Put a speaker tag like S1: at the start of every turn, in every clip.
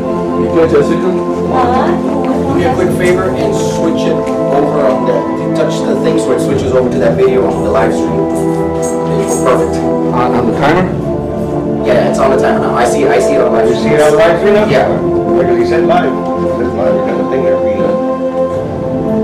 S1: that, Jessica?
S2: Do me a quick favor and switch it over on the, touch the thing so it switches over to that video on the live stream. There you go, Perfect.
S1: On, on the timer?
S2: Yeah, it's on the timer now. I see, I see it on live.
S3: You see it on live stream now?
S2: Yeah.
S3: Because he said live. It says live, you got the thing there for you.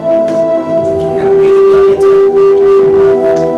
S2: Gotta be the bloody time.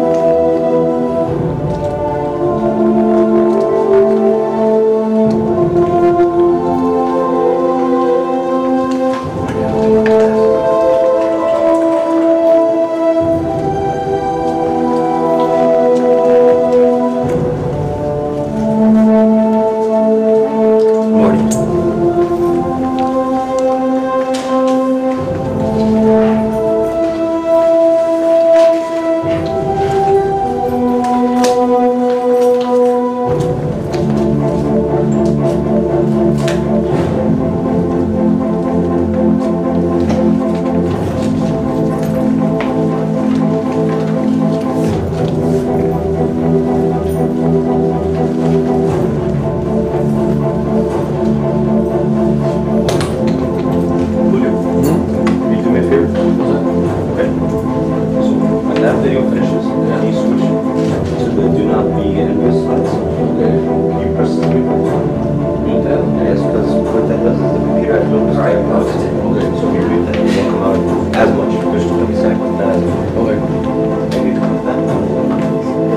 S3: Julio, can you do me a favor? Okay. So when that video finishes, then you switch to the do not be envious slides. You press the mute button. Mute that, and it's because what that does is the computer has no
S2: Alright,
S3: perspective.
S2: well, that's it.
S3: So if you mute that, it won't come out as much. There's just like a second with that as much. Okay. Maybe come with that.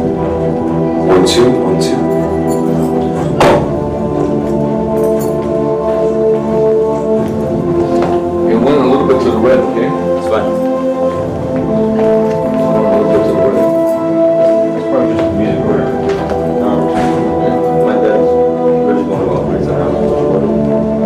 S1: One, two, one, two. And one a little bit to the red, okay?
S3: It's fine.
S1: One a little bit to the red.
S3: It's probably just the music order. Um, My bad. We're just going off right now.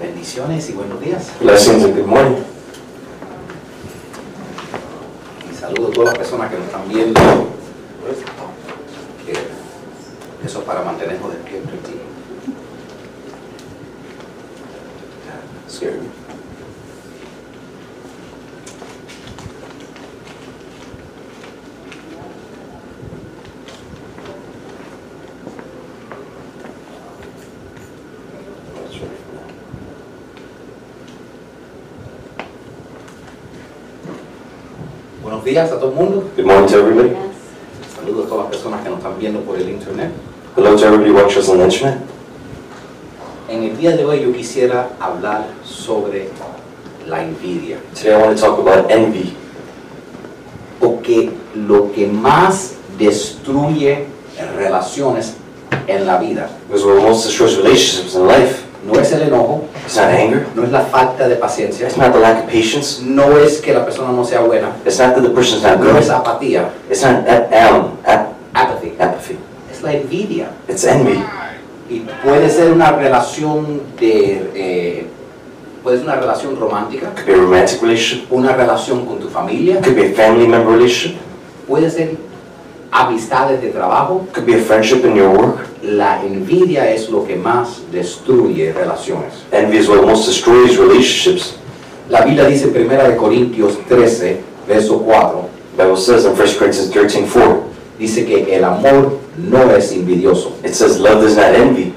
S2: Bendiciones y buenos días.
S1: Blessings and good morning.
S2: Y saludo a todas las personas que nos están viendo. Que Eso es para mantenernos despiertos aquí.
S1: Scary.
S2: Buenos días a todo el mundo.
S1: Good morning to everybody.
S2: Saludo a todas las personas que nos están viendo por el internet.
S1: Hello to everybody who watches on the internet.
S2: En el día de hoy yo quisiera hablar sobre la envidia.
S1: Today I want to talk about envy.
S2: Porque lo que más destruye relaciones en la vida
S1: Because what most destroys relationships in life
S2: no es el enojo,
S1: It's not anger.
S2: no es la falta de paciencia,
S1: It's not the lack of patience.
S2: no es que la persona no sea buena,
S1: It's not that the person's not
S2: no
S1: good.
S2: es apatía,
S1: It's not ap- um, ap-
S2: apathy,
S1: apathy.
S2: es la envidia.
S1: It's envy.
S2: Y puede ser una relación de, eh, puede ser una relación romántica,
S1: It could be a romantic relationship.
S2: una relación con tu familia,
S1: It could be a family member relationship.
S2: puede ser amistades de trabajo.
S1: It could be a friendship in your work.
S2: La envidia es lo que más destruye relaciones.
S1: Envy is what most destroys relationships.
S2: La Biblia dice en 1 Corintios 13, verso 4,
S1: Bible says in 1 Corinthians 13, 4,
S2: dice que el amor no es envidioso.
S1: it says, Love does not envy.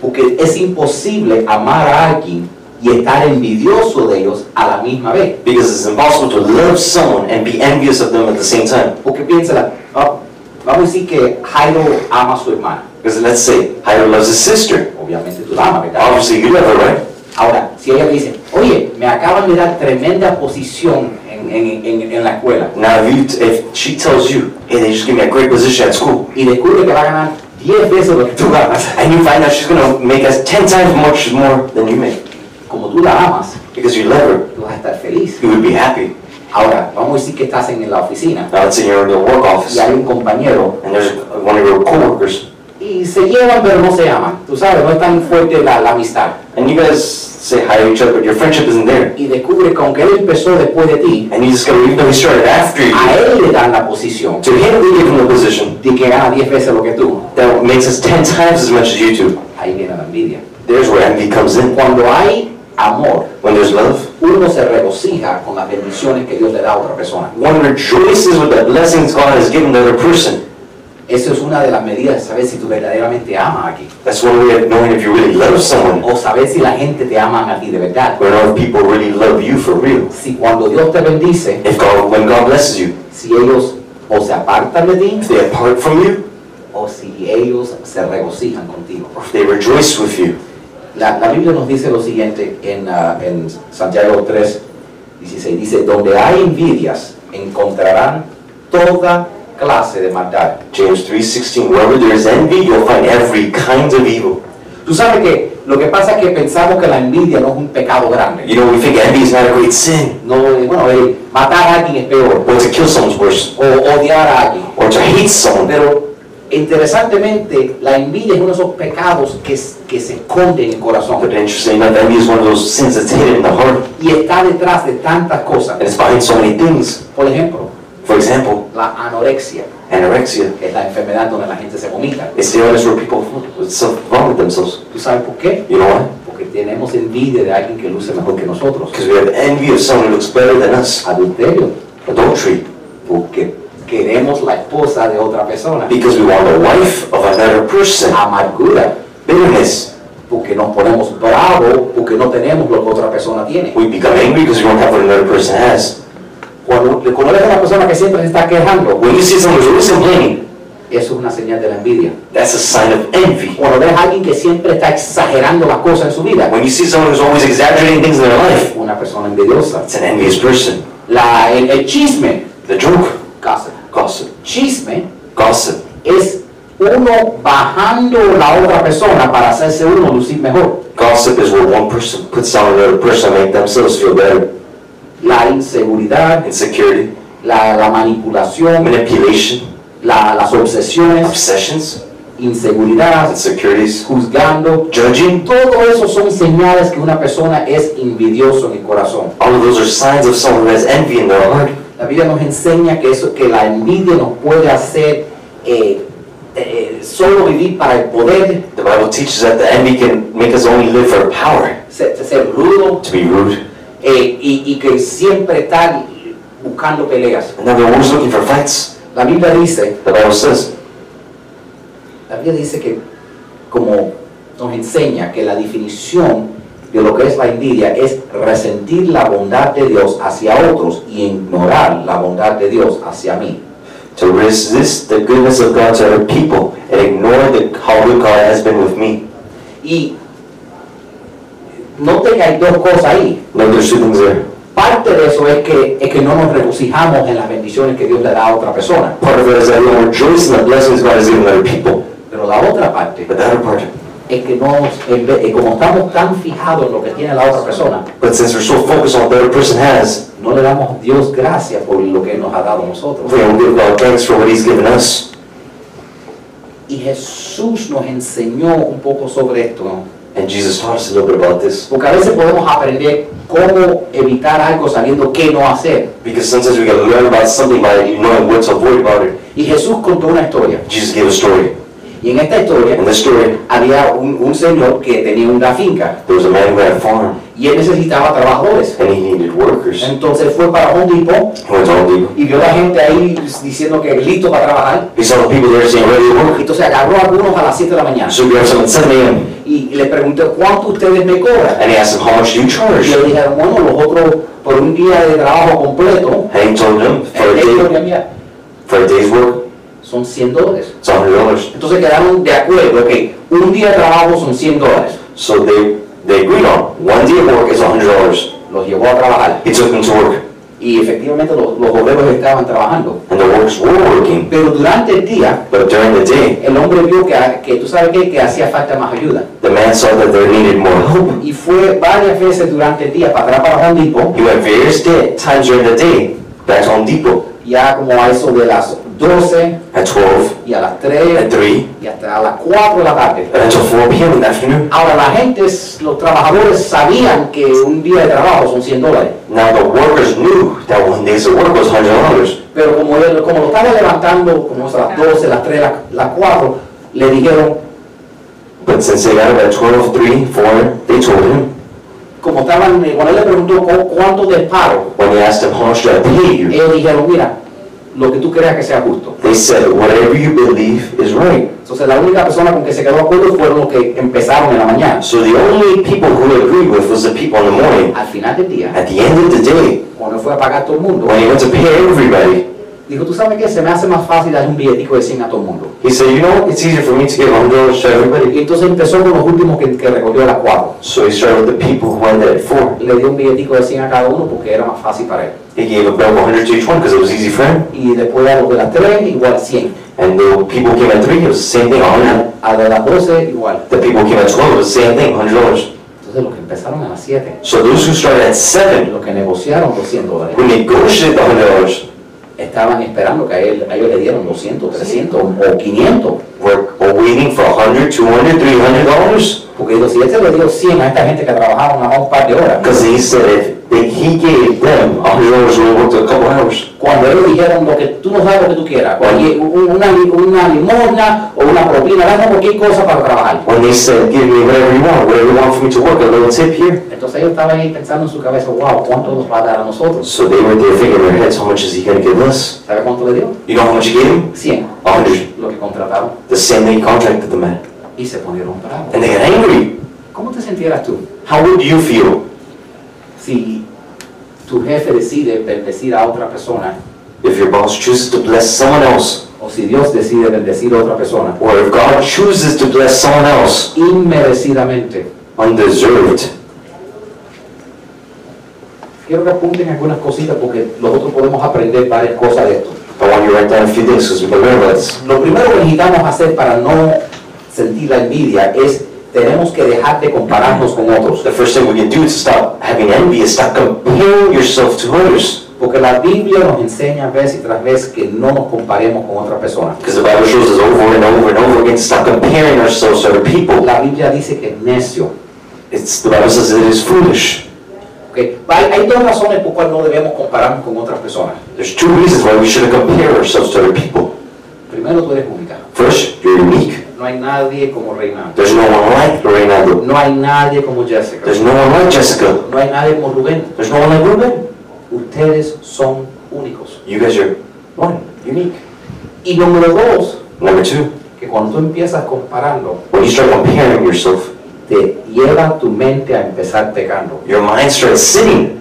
S2: Porque es imposible amar a alguien y estar envidioso de ellos a la misma vez.
S1: Because it's impossible to love someone and be envious of them at the same time.
S2: Porque piénsala, va- vamos a decir que Jairo ama a su hermana.
S1: Because let's say, Jairo loves his sister.
S2: Obviamente tú la amas, ¿verdad?
S1: Obviously, you love her, right?
S2: Ahora, si ella me dice, oye, me acaban de dar tremenda posición en, en- en- en la escuela
S1: Now, if, you t- if she tells you, Hey, they just give me a great position at school,
S2: y descubre que va a ganar 10 veces lo que tú ganas,
S1: and you find out she's going to make us 10 times much more than you make.
S2: como tú la amas, pues
S1: Because you love her,
S2: tú vas a estar feliz.
S1: you would be happy.
S2: Ahora, vamos a decir que estás en la oficina
S1: Now, let's say you're in the work office,
S2: y hay un compañero
S1: and there's one of your coworkers,
S2: y se llevan pero no se aman. Tú sabes, no es tan fuerte la, la amistad.
S1: and you guys say hi to each other, but your friendship isn't there.
S2: Y descubre que aunque él empezó después de ti,
S1: And you discover, even though he started after you,
S2: a él le dan la posición
S1: to him, they give him the position
S2: de que gana 10 veces lo que tú.
S1: that makes us 10 times as much as you do.
S2: Ahí viene la envidia.
S1: There's where envy comes in.
S2: Cuando hay amor,
S1: When there's love,
S2: uno se regocija con las bendiciones que Dios le da a otra persona.
S1: one rejoices with the blessings God has given the other person.
S2: Eso es una de las medidas de saber si tú verdaderamente amas aquí.
S1: That's one way of knowing if you really love someone
S2: O saber si la gente te ama a ti de verdad.
S1: or know if people really love you for real.
S2: Si cuando Dios te bendice,
S1: If God, when God blesses you,
S2: si ellos o se apartan de ti,
S1: if they apart from you
S2: o si ellos se regocijan contigo.
S1: or if they rejoice with you.
S2: La, la Biblia nos dice lo siguiente en, ah, en Santiago 3, 16. Dice, donde hay envidias, encontrarán toda clase de maldad.
S1: James 3.16, wherever there is envy, you'll find every kind of evil.
S2: Tú sabes que lo que pasa es que pensamos que la envidia no es un pecado grande.
S1: You know, we think envy is not a great sin,
S2: No, eh, bueno, eh, matar a alguien es peor,
S1: or to kill someone's worse,
S2: o odiar a alguien.
S1: or to hate someone.
S2: Pero interesantemente, la envidia es uno de esos pecados que, s- que se esconde en el
S1: But
S2: corazón
S1: interesting enough, envy is one of those sins that's hidden in the heart,
S2: y está detrás de tantas
S1: and
S2: cosas.
S1: it's behind so many things.
S2: Por ejemplo,
S1: For example,
S2: la anorexia,
S1: anorexia.
S2: que es la enfermedad donde la gente se vomita.
S1: It's the illness where people self vomit themselves.
S2: ¿Tú sabes por qué?
S1: You know why?
S2: Porque tenemos envidia de alguien que luce mejor que nosotros.
S1: Because we have envy of someone who looks better than us.
S2: Adulterio,
S1: Adultery.
S2: porque queremos la esposa de otra persona.
S1: Because we want the wife of another person.
S2: Amargura,
S1: Bitterness.
S2: porque nos ponemos bravos, porque no tenemos lo que otra persona tiene.
S1: We become angry because we don't have what another person has.
S2: Cuando, cuando ves a una persona que siempre se está quejando,
S1: When you see someone who's always complaining,
S2: eso es una señal de la envidia.
S1: that's a sign of envy.
S2: Cuando ves a alguien que siempre está exagerando las cosas en su vida,
S1: When you see someone who's always exaggerating things in their life,
S2: una persona envidiosa.
S1: it's an envious person.
S2: La, el, el chisme,
S1: The joke.
S2: gossip,
S1: Gossip.
S2: chisme
S1: Gossip.
S2: es uno bajando la otra persona para hacerse uno lucir mejor.
S1: Gossip is where one person puts down another person to make themselves feel better.
S2: La inseguridad,
S1: Insecurity,
S2: la, la manipulación,
S1: manipulation,
S2: la- las obsesiones,
S1: obsessions,
S2: inseguridad,
S1: insecurities,
S2: juzgando,
S1: judging.
S2: Todo eso son señales que una persona es envidioso en el corazón.
S1: All of those are signs of someone who has envy in their heart.
S2: La Biblia nos enseña que, eso, que la envidia nos puede hacer eh, eh, solo vivir para el poder,
S1: The Bible teaches that the envy can make us only live for power,
S2: ser, ser rudo
S1: to be rude.
S2: eh, y, y que siempre está buscando peleas.
S1: And then we're always looking for fights.
S2: La Biblia dice,
S1: The Bible says
S2: la Biblia dice que como nos enseña que la definición de lo que es la envidia es resentir la bondad de Dios hacia otros y ignorar la bondad de Dios hacia mí.
S1: to resist the goodness of God to other people and ignore the, how good God has been with me.
S2: Y Noten que hay dos cosas ahí.
S1: Look, there's two things there.
S2: Parte de eso es que, es que no nos regocijamos en las bendiciones que Dios le da a otra persona.
S1: Part of it is that we don't rejoice in the blessings God has given other people.
S2: Pero la otra parte
S1: But the other part,
S2: es que no, en vez- eh, como estamos tan fijados en lo que tiene la otra persona,
S1: but since we're so focused on what the other person has,
S2: no le damos a Dios gracias por lo que Él nos ha dado a nosotros.
S1: we don't give God thanks for what He's given us.
S2: Y Jesús nos enseñó un poco sobre esto, ¿no?
S1: And Jesus taught us a little bit about this.
S2: porque a veces podemos aprender cómo evitar algo sabiendo qué no hacer.
S1: Because sometimes we gotta learn about something by knowing what to avoid about it.
S2: Y Jesús contó una historia.
S1: Jesus gave a story.
S2: Y en esta historia
S1: In this story,
S2: había un, un señor que tenía una finca
S1: there was a man who had a farm,
S2: y él necesitaba trabajadores.
S1: and he needed workers. He
S2: Entonces fue para Home Depot
S1: went to Home Depot.
S2: y vio a la gente ahí diciendo que listo para trabajar.
S1: He saw the people there saying, ready to work.
S2: Entonces agarró a algunos a las 7 de la mañana
S1: So he grabbed some at 7 a.m.
S2: y le preguntó cuánto ustedes me cobran.
S1: and he asked them, how much do you charge?
S2: Y le dijeron, bueno, los otros por un día de trabajo completo,
S1: And he told them, for a
S2: el hecho que
S1: day,
S2: había,
S1: for a day's work,
S2: son 100 dólares.
S1: it's $100.
S2: Entonces quedaron de acuerdo que un día de trabajo son 100 dólares.
S1: So they, they agreed on, one day of work is $100.
S2: Los llevó a trabajar
S1: He took them to work,
S2: y efectivamente los, los obreros estaban trabajando.
S1: and the workers were working.
S2: Pero durante el día,
S1: But during the day,
S2: el hombre vio que, que tú sabes qué, que hacía falta más ayuda.
S1: the man saw that they needed more help.
S2: Y fue varias veces durante el día para atrás para Home Depot,
S1: He went various day, times during the day, back to Home Depot,
S2: ya como a eso de las 12
S1: at 12,
S2: y a las
S1: at
S2: 3
S1: 3,
S2: y hasta a las 4 de la tarde.
S1: and until 4 p.m. in the afternoon.
S2: Ahora la gente, los trabajadores sabían que un día de trabajo son 100 dólares,
S1: Now the workers knew that one day's of work was $100.
S2: pero como, él- como lo estaba levantando como a las 12, las 3, las, las 4, le dijeron,
S1: But since they got up at 12, 3, 4, they told him,
S2: como estaban, eh, cuando él le preguntó "¿Cu- cuánto te paro,
S1: when he asked them, how much do I pay you?
S2: ellos dijeron, mira, lo que tú creas que sea justo.
S1: They said, whatever you believe is right.
S2: Entonces la única persona con que se quedó de acuerdo fueron los que empezaron en la mañana.
S1: So the only people who agreed with was the people in the morning.
S2: Al final del día,
S1: At the end of the day,
S2: cuando fue a pagar todo el mundo,
S1: when he went to pay everybody,
S2: dijo, tú sabes qué, se me hace más fácil dar un billetico de 100 a todo el mundo.
S1: he said, you know, it's easier for me to give $100 to
S2: Y
S1: everybody.
S2: entonces empezó con los últimos que, que recogió a las 4.
S1: So he started with the people who had that four.
S2: Y le dio un billetico de 100 a cada uno porque era más fácil para él.
S1: He gave a bill of 100 to each one because it was easy for him.
S2: Y después a los de las 3, igual 100.
S1: And the people came at 3, it was the same thing, 100
S2: A los de las 12, igual.
S1: The people came at 12, it was the same thing, $100.
S2: Entonces los que empezaron a las 7,
S1: So those who started at 7,
S2: los que negociaron los 100 dólares,
S1: who negotiated the $100,
S2: estaban esperando que a, él, a ellos le dieran 200, 300 o 500.
S1: were waiting for $100, $200, $300.
S2: Porque digo, si él se le dio 100 a esta gente que trabajaba nada más un par de horas,
S1: Because he said if they, he gave them a hundred dollars, we worked a couple hours.
S2: cuando ellos dijeron lo que tú nos das lo que tú quieras, cualquier- un- una, li- una limosna o una propina, dame cualquier cosa para trabajar.
S1: When they said, give me whatever you want, whatever you want for me to work, a little tip here.
S2: Entonces ellos estaban ahí pensando en su cabeza, wow, ¿cuánto nos va a dar a nosotros?
S1: So they were there thinking in their heads, how much is he gonna give us?
S2: ¿Sabes cuánto le dio?
S1: You know how much he gave him?
S2: 100,
S1: A hundred.
S2: lo que contrataron.
S1: The same they contracted the man.
S2: Y se ponieron bravos.
S1: And they got angry.
S2: ¿Cómo te sentieras tú
S1: How would you feel
S2: si tu jefe decide bendecir a otra persona
S1: if your boss chooses to bless someone else?
S2: o si Dios decide bendecir a otra persona
S1: Or if God chooses to bless someone else
S2: inmerecidamente?
S1: undeserved?
S2: Quiero que apunten algunas cositas porque nosotros podemos aprender varias cosas de esto.
S1: I want you to write down a few things because we can remember this.
S2: Lo primero que necesitamos hacer para no sentir la envidia es tenemos que dejar de compararnos con otros.
S1: The first thing we can do is to stop having envy, is stop comparing yourself to others.
S2: Porque la Biblia nos enseña vez y tras vez que no nos comparemos con otra persona.
S1: Because the Bible shows us over and over and over again to stop comparing ourselves to other people.
S2: La Biblia dice que es necio.
S1: It's, the Bible says it is foolish.
S2: ¿ok? Hay, hay dos razones por cuales no debemos compararnos con otras personas.
S1: There's two reasons why we shouldn't compare ourselves to other people.
S2: Primero, tú eres única.
S1: First, you're unique.
S2: No hay nadie como Reinaldo.
S1: There's no one like Reynaldo.
S2: No hay nadie como Jessica.
S1: There's no one like Jessica.
S2: No hay nadie como Rubén.
S1: There's no one like Ruben.
S2: Ustedes son únicos.
S1: You guys are one, unique.
S2: Y número dos,
S1: Number two,
S2: que cuando tú empiezas comparando,
S1: when you start comparing yourself,
S2: te lleva tu mente a empezar pecando.
S1: your mind starts sinning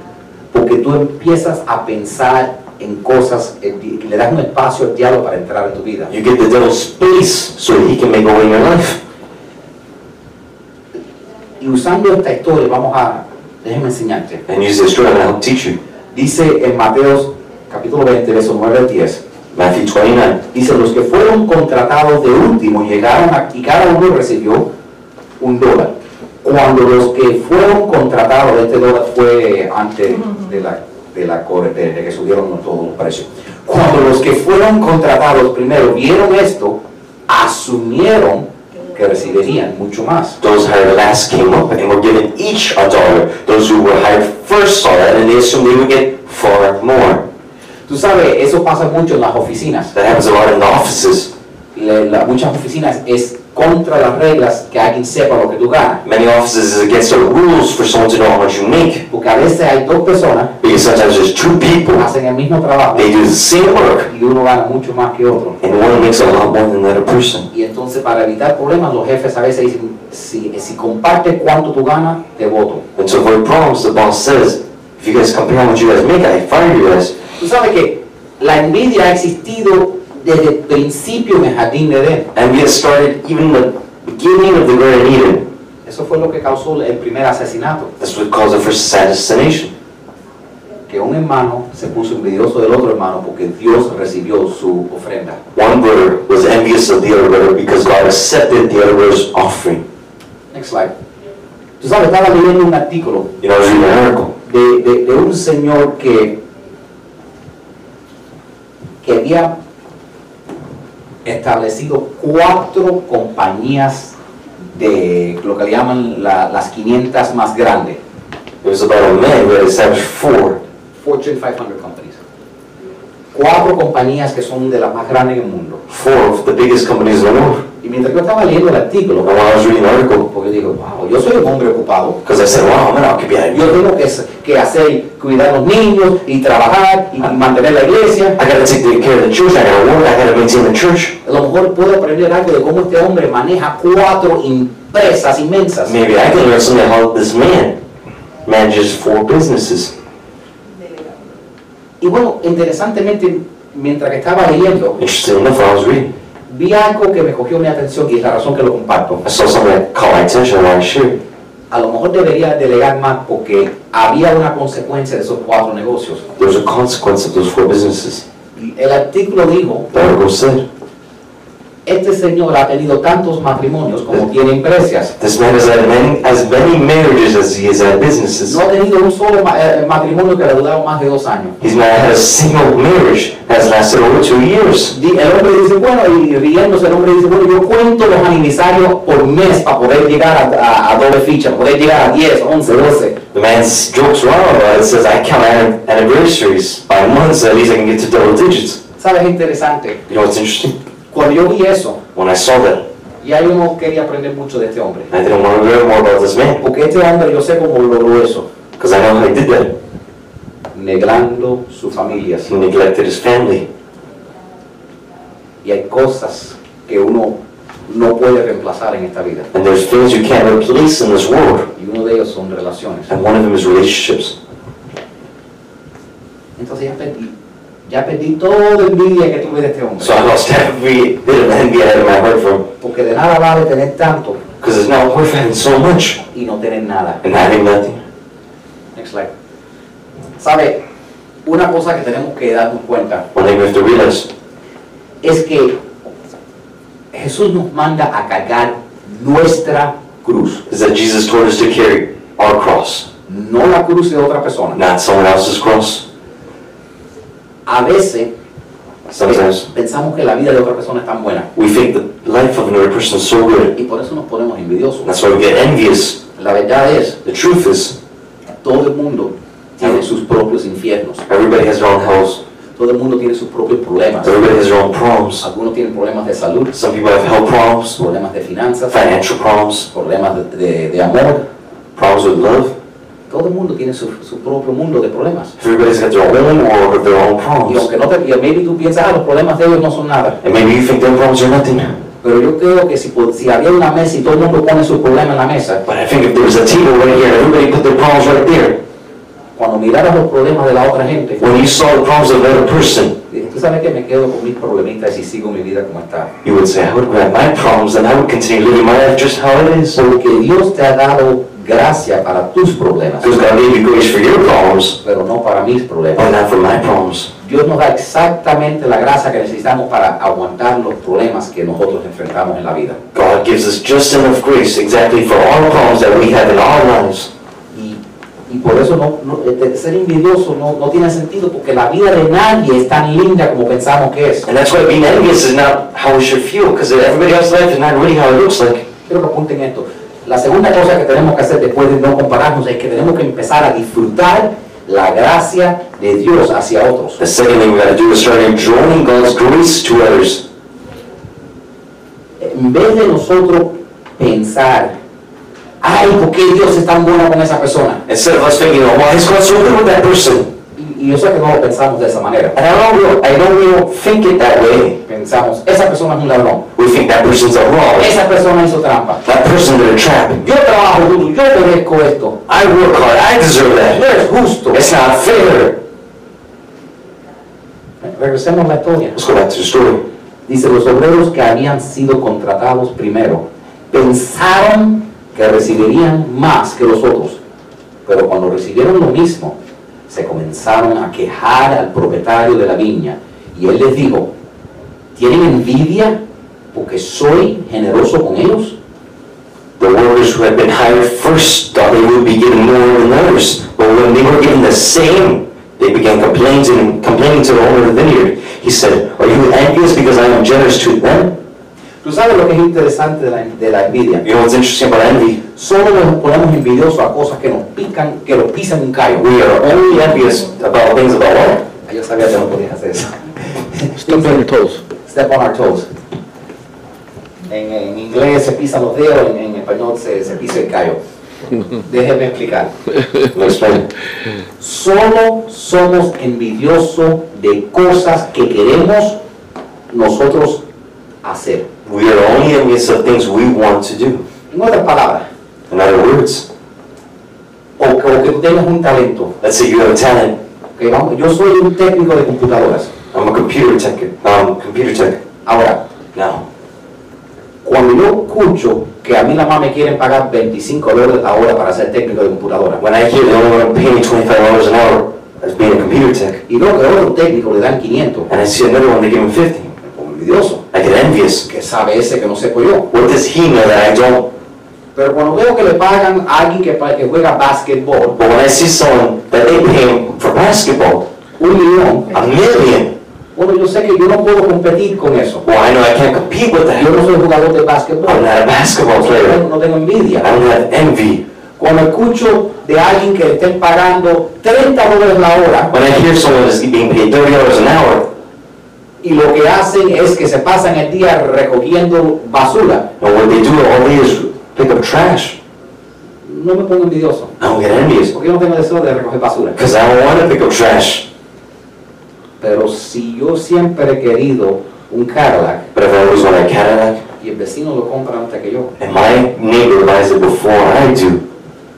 S2: Porque tú empiezas a pensar en cosas, el di- le das un espacio al diablo para entrar en tu vida.
S1: You give the devil space so he can make a way in your life.
S2: Y usando esta historia, vamos a, déjeme enseñarte.
S1: and use this story and I'll teach you.
S2: Dice en Mateos capítulo 20, verso 9 al 10.
S1: Matthew 29.
S2: Dice, los que fueron contratados de último llegaron a, y cada uno recibió un dólar. Cuando los que fueron contratados, este dólar fue antes de la, de la cor- de- de que subieron todos los precios. Cuando los que fueron contratados primero vieron esto, asumieron que recibirían mucho más.
S1: Those hired last came up and were given each a dollar. Those who were hired first saw that and they assumed they would get far more.
S2: Tú sabes, eso pasa mucho en las oficinas.
S1: That happens a lot in the offices.
S2: La- la- muchas oficinas es contra las reglas que alguien sepa lo que tú ganas.
S1: Many offices is against the rules for someone to know how much you make.
S2: Porque a veces hay dos personas
S1: Because sometimes there's two
S2: que
S1: people,
S2: hacen el mismo trabajo.
S1: they do the same work,
S2: y uno gana mucho más que otro.
S1: and one makes a lot more than the other person.
S2: Y entonces para evitar problemas los jefes a veces dicen, si, si compartes cuánto tú ganas, te voto.
S1: And to avoid problems, the boss says, if you guys compare how much you guys make, I fire you guys.
S2: Tú sabes que la envidia ha existido desde el principio en el jardín de Edén.
S1: And we get started even in the beginning of the Garden of Eden.
S2: Eso fue lo que causó el primer asesinato,
S1: That's what caused the first assassination.
S2: que un hermano se puso envidioso del otro hermano porque Dios recibió su ofrenda.
S1: One brother was envious of the other brother because God accepted the other brother's offering.
S2: Next slide. Tú sabes, estaba leyendo un artículo
S1: You know, I was reading an article.
S2: de, de- de un señor que, que había establecido cuatro compañías de lo que le llaman la- las 500 más grandes,
S1: It was about a man who had established four,
S2: Fortune 500 companies. Cuatro compañías que son de las más grandes del mundo.
S1: four of the biggest companies in the world.
S2: Y mientras yo estaba leyendo el artículo,
S1: And while I was reading the article,
S2: porque digo, wow, yo soy un hombre ocupado.
S1: because I said, wow, man, I'll keep you out of
S2: Yo tengo que, que hacer, cuidar a los niños y trabajar y mantener la iglesia.
S1: I gotta take good care of the church, I gotta work, I gotta maintain the church.
S2: A lo mejor puedo aprender algo de cómo este hombre maneja cuatro empresas inmensas.
S1: Maybe I can learn something about this man manages four businesses.
S2: Y bueno, interesantemente, mientras que estaba leyendo,
S1: Interesting enough, while I was reading,
S2: vi algo que me cogió mi atención y es la razón que lo comparto.
S1: I saw something that caught my attention and I shared.
S2: A lo mejor debería delegar más porque había una consecuencia de esos cuatro negocios.
S1: There was a consequence of those four businesses.
S2: El artículo dijo,
S1: The article said,
S2: este señor ha tenido tantos matrimonios como tiene empresas.
S1: this man has had many, as many marriages as he has had businesses.
S2: No ha tenido un solo ma- eh, matrimonio que ha durado más de dos años.
S1: He's not had a single marriage that's lasted over two years.
S2: Di- El hombre dice, bueno, y riéndose el hombre dice, bueno, yo cuento los aniversarios por mes para poder llegar a, a, a doble ficha, poder llegar a 10, 11, 12.
S1: The man s- jokes around about it, says, I count an- anniversaries by months, at least I can get to double digits.
S2: ¿Sabes? Es interesante.
S1: You know what's interesting?
S2: Cuando yo vi eso,
S1: When I saw that,
S2: ya yo no quería aprender mucho de este hombre.
S1: I didn't want to learn more about this man,
S2: Porque este hombre yo sé cómo logró eso.
S1: because I know how he did that.
S2: Neglando sus familias.
S1: He neglected his family.
S2: Y hay cosas que uno no puede reemplazar en esta vida.
S1: And there's things you can't replace in this world,
S2: Y uno de ellos son relaciones.
S1: and one of them is relationships.
S2: Entonces ya perdí. Ya perdí toda la envidia que tuve de este hombre.
S1: So I lost every bit of envy I had in my heart from,
S2: Porque de nada vale tener tanto
S1: because it's not worth having so much
S2: y no tener nada.
S1: and having nothing.
S2: Next slide. ¿Sabe? Una cosa que tenemos que darnos cuenta
S1: One thing we have to realize
S2: es que Jesús nos manda a cargar nuestra cruz,
S1: is that Jesus told us to carry our cross,
S2: no la cruz de otra persona.
S1: not someone else's cross.
S2: A veces
S1: Sometimes
S2: pensamos que la vida de otra persona es tan buena
S1: we think the life of another person is so good.
S2: y por eso nos ponemos envidiosos.
S1: That's why we get envious.
S2: La verdad es,
S1: The truth is,
S2: todo el mundo tiene sus propios infiernos,
S1: everybody has their own hells.
S2: todo el mundo tiene sus propios problemas.
S1: Everybody has their own problems.
S2: Algunos tienen problemas de salud,
S1: Some people have health problems,
S2: problemas de finanzas,
S1: financial problems,
S2: problemas de- de- de amor,
S1: problems with love.
S2: Todo el mundo tiene su, su propio mundo de problemas.
S1: Everybody's got their own world with their own
S2: Y
S1: problems.
S2: aunque no te, y maybe tú piensas, ah, los problemas de ellos no son nada.
S1: And maybe you think their problems are nothing.
S2: Pero yo creo que si, po- si había una mesa y todo el mundo pone sus problemas en la mesa,
S1: But I think if there was a table right here and everybody put their problems right there,
S2: cuando miraras los problemas de la otra gente,
S1: when you saw the problems of another person,
S2: dices, Usted sabe que me quedo con mis problemitas y sigo mi vida como está.
S1: You would say, I would grab my problems and I would continue living my life just how it is.
S2: Porque Dios te ha dado gracia para tus problemas,
S1: Because God gave you grace for your problems,
S2: pero no para mis problemas.
S1: but not for my problems.
S2: Dios nos da exactamente la gracia que necesitamos para aguantar los problemas que nosotros enfrentamos en la vida.
S1: God gives us just enough grace exactly for all the problems that we have in our lives.
S2: Y, y por eso no, no- este, ser envidioso no, no tiene sentido, porque la vida de nadie es tan linda como pensamos que es.
S1: And that's why being envious is not how we should feel, because everybody else's life is not really how it looks like.
S2: Quiero que apunten esto. La segunda cosa que tenemos que hacer después de no compararnos es que tenemos que empezar a disfrutar la gracia de Dios hacia otros.
S1: The second thing we gotta do is start enjoying God's grace to others.
S2: En vez de nosotros pensar, ay, ¿por qué Dios es tan bueno con esa persona?
S1: Instead of us thinking, oh, why is God so good with that person?
S2: Y, y yo sé que no lo pensamos de esa manera.
S1: And I know we don't, I know we don't think it that way.
S2: Pensamos, esa persona es un ladrón,
S1: We think that person's a wrong.
S2: esa persona hizo trampa.
S1: That person did a trap.
S2: Yo trabajo duro, yo merezco esto,
S1: I work hard. I deserve
S2: no
S1: that.
S2: es justo.
S1: It's not fair.
S2: Regresemos a la historia.
S1: Let's go back to the story.
S2: Dice, los obreros que habían sido contratados primero pensaron que recibirían más que los otros, pero cuando recibieron lo mismo, se comenzaron a quejar al propietario de la viña y él les dijo, ¿tienen envidia porque soy generoso con ellos?
S1: The workers who had been hired first thought they would be given more than others, but when they were given the same, they began complaining, complaining to the owner of the vineyard. He said, "Are you envious because I am generous to them?"
S2: Tú sabes lo que es interesante de la, de la envidia.
S1: You know what's interesting about envy?
S2: Solo nos ponemos envidiosos a cosas que nos pican, que nos pisan un callo.
S1: We are only envious about things about what?
S2: Ah, Yo sabía que no podías hacer eso.
S4: Step on your toes.
S2: Step on our toes. En, en inglés se pisan los dedos, en, en español se, se pisa el callo. Déjenme explicar.
S1: Let me explain.
S2: Solo somos envidiosos de cosas que queremos nosotros hacer.
S1: We are only envious of things we want to do.
S2: En otras palabras,
S1: In other words,
S2: o, o que tú tengas un talento.
S1: let's say you have a talent.
S2: que vamos- yo soy un técnico de computadoras.
S1: I'm a computer tech. Um, computer tech.
S2: Ahora,
S1: Now,
S2: cuando yo escucho que a mí nada más me quieren pagar 25 dólares la hora para ser técnico de computadora,
S1: when I hear they only want to pay me twenty-five dollars an hour as being a computer tech,
S2: y luego que a otro técnico le dan 500,
S1: and I see another one they give him fifty,
S2: me pongo envidioso.
S1: I get envious.
S2: que sabe ese que no sé yo.
S1: What does he know that I don't?
S2: Pero cuando veo que le pagan a alguien que, pa- que juega básquetbol
S1: But when I see someone that they pay him for basketball,
S2: un millón, ah,
S1: a million,
S2: bueno, yo sé que yo no puedo competir con eso.
S1: well, I know I can't compete with
S2: Yo
S1: that.
S2: no soy jugador de
S1: I'm
S2: básquetbol,
S1: not a basketball
S2: no tengo,
S1: player.
S2: no tengo
S1: I
S2: envidia.
S1: don't have envy.
S2: Cuando escucho de alguien que le estén pagando 30 dólares la hora
S1: When I hear someone is being paid thirty dollars an hour,
S2: y lo que hacen es que se pasan el día recogiendo basura,
S1: and what they do all day is pick up trash,
S2: no me pongo envidioso,
S1: I don't get envious.
S2: porque yo no tengo deseo de recoger basura.
S1: Because I don't want to pick up trash.
S2: Pero si yo siempre he querido un Cadillac
S1: But if I always want a Cadillac,
S2: y el vecino lo compra antes que yo,
S1: and my neighbor buys it before I do,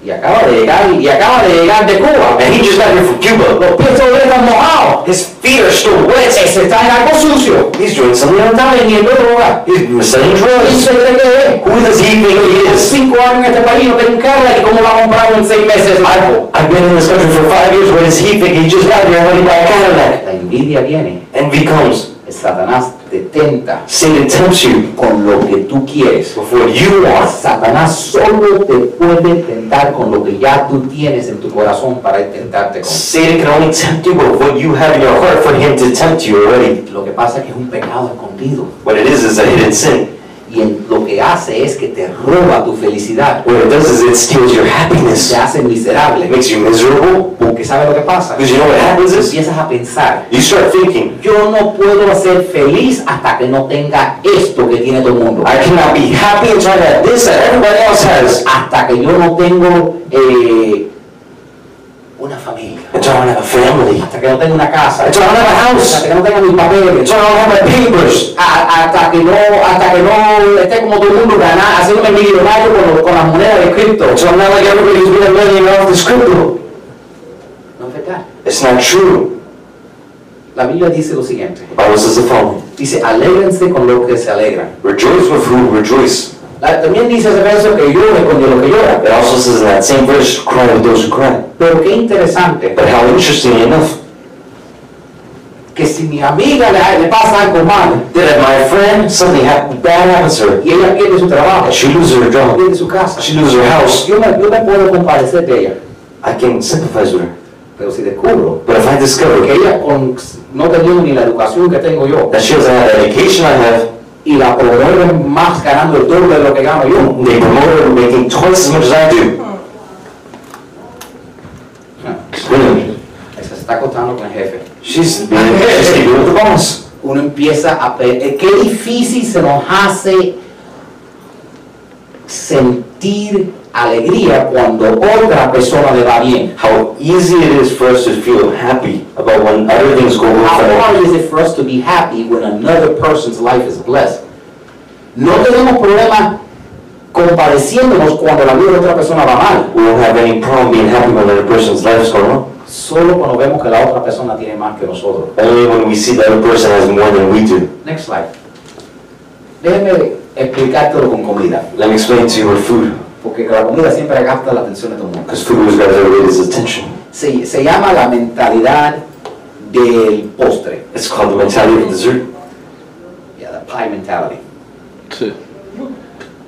S2: Y acaba de llegar, y acaba de llegar de Cuba.
S1: and he just got here from Cuba,
S2: Los pies todavía están mojados.
S1: his feet are still wet.
S2: Ese está en algo sucio.
S1: He's doing something
S2: No está vendiendo droga.
S1: He's selling
S2: ¿Y
S1: drugs.
S2: se cree que es?
S1: Who does he think he
S2: Llevo
S1: is?
S2: cinco años en este país, no tengo carga y cómo va a comprar en seis meses algo.
S1: I've been in this country for five years. What does he think? He just got here already by a Cadillac.
S2: La envidia viene.
S1: Envy comes.
S2: Satanás te tenta
S1: Satan tempts you
S2: con lo que tú quieres.
S1: before you want.
S2: Satanás solo te puede tentar con lo que ya tú tienes en tu corazón para intentarte con.
S1: Satan can only tempt you with what you have in your heart for him to tempt you already.
S2: Lo que pasa es que es un pecado escondido.
S1: What it is is a hidden sin.
S2: Y en- lo que hace es que te roba tu felicidad.
S1: What it does is it steals your happiness.
S2: se hace
S1: It
S2: miserable.
S1: makes you miserable
S2: Porque sabe lo que pasa.
S1: because you know what happens is
S2: Empiezas a pensar,
S1: you start thinking,
S2: yo no puedo ser feliz hasta que no tenga esto que tiene todo el mundo.
S1: I cannot be happy and try to have this that everybody else has.
S2: Hasta que yo no tengo eh, una familia.
S1: Until I don't have a family.
S2: Hasta que no tengo una casa.
S1: Until I don't have a
S2: Hasta
S1: house.
S2: que no tenga mis papeles.
S1: Until I don't have my papers. Ah,
S2: A- hasta que no, hasta que no esté como todo el mundo ganar, haciéndome millonario con, lo- con las monedas de cripto.
S1: Until I'm not like everybody who's been a millionaire off this crypto.
S2: No es verdad.
S1: It's not true.
S2: La Biblia dice lo siguiente.
S1: The Bible says the following.
S2: Dice, alégrense con lo que se alegran.
S1: Rejoice with who rejoice.
S2: La- también dice ese verso que llore con lo que llora.
S1: It also says in that same verse, cry with those who cry.
S2: Pero qué interesante,
S1: But how interesting enough
S2: que si mi amiga le, le pasa algo mal
S1: that if my friend something hap- bad happens to her,
S2: y ella pierde su trabajo,
S1: and she loses her job,
S2: pierde su casa,
S1: she loses her house,
S2: yo me, yo me puedo compadecer de ella.
S1: I can sympathize with her.
S2: Pero si descubro
S1: But if I discover
S2: que ella con- no tenía ni la educación que tengo yo
S1: that she doesn't have the education I have,
S2: y la promueven más ganando el doble de lo que gano yo,
S1: they promote her making twice as much as I do. Really,
S2: se está acostando con el jefe.
S1: she's being, she's keeping with the boss.
S2: Uno empieza a pe- eh, Qué difícil se nos hace sentir alegría cuando otra persona le va bien.
S1: How easy it is for us to feel happy about when other things go
S2: How
S1: wrong.
S2: hard is it for us to be happy when another person's life is blessed? No tenemos problema compadeciéndonos cuando la vida de otra persona va mal,
S1: We don't have any problem being happy when another person's life is going wrong.
S2: solo cuando vemos que la otra persona tiene más que nosotros.
S1: Only when we see the other person has more than we do.
S2: Next slide. Déjeme explicártelo con comida,
S1: Let me explain to you what food,
S2: porque la comida siempre gasta la atención de todo el mundo.
S1: because food always grabs everybody's attention.
S2: Se, se llama la mentalidad del postre,
S1: It's called the mentality of dessert.
S2: yeah, the pie mentality.
S4: Sí.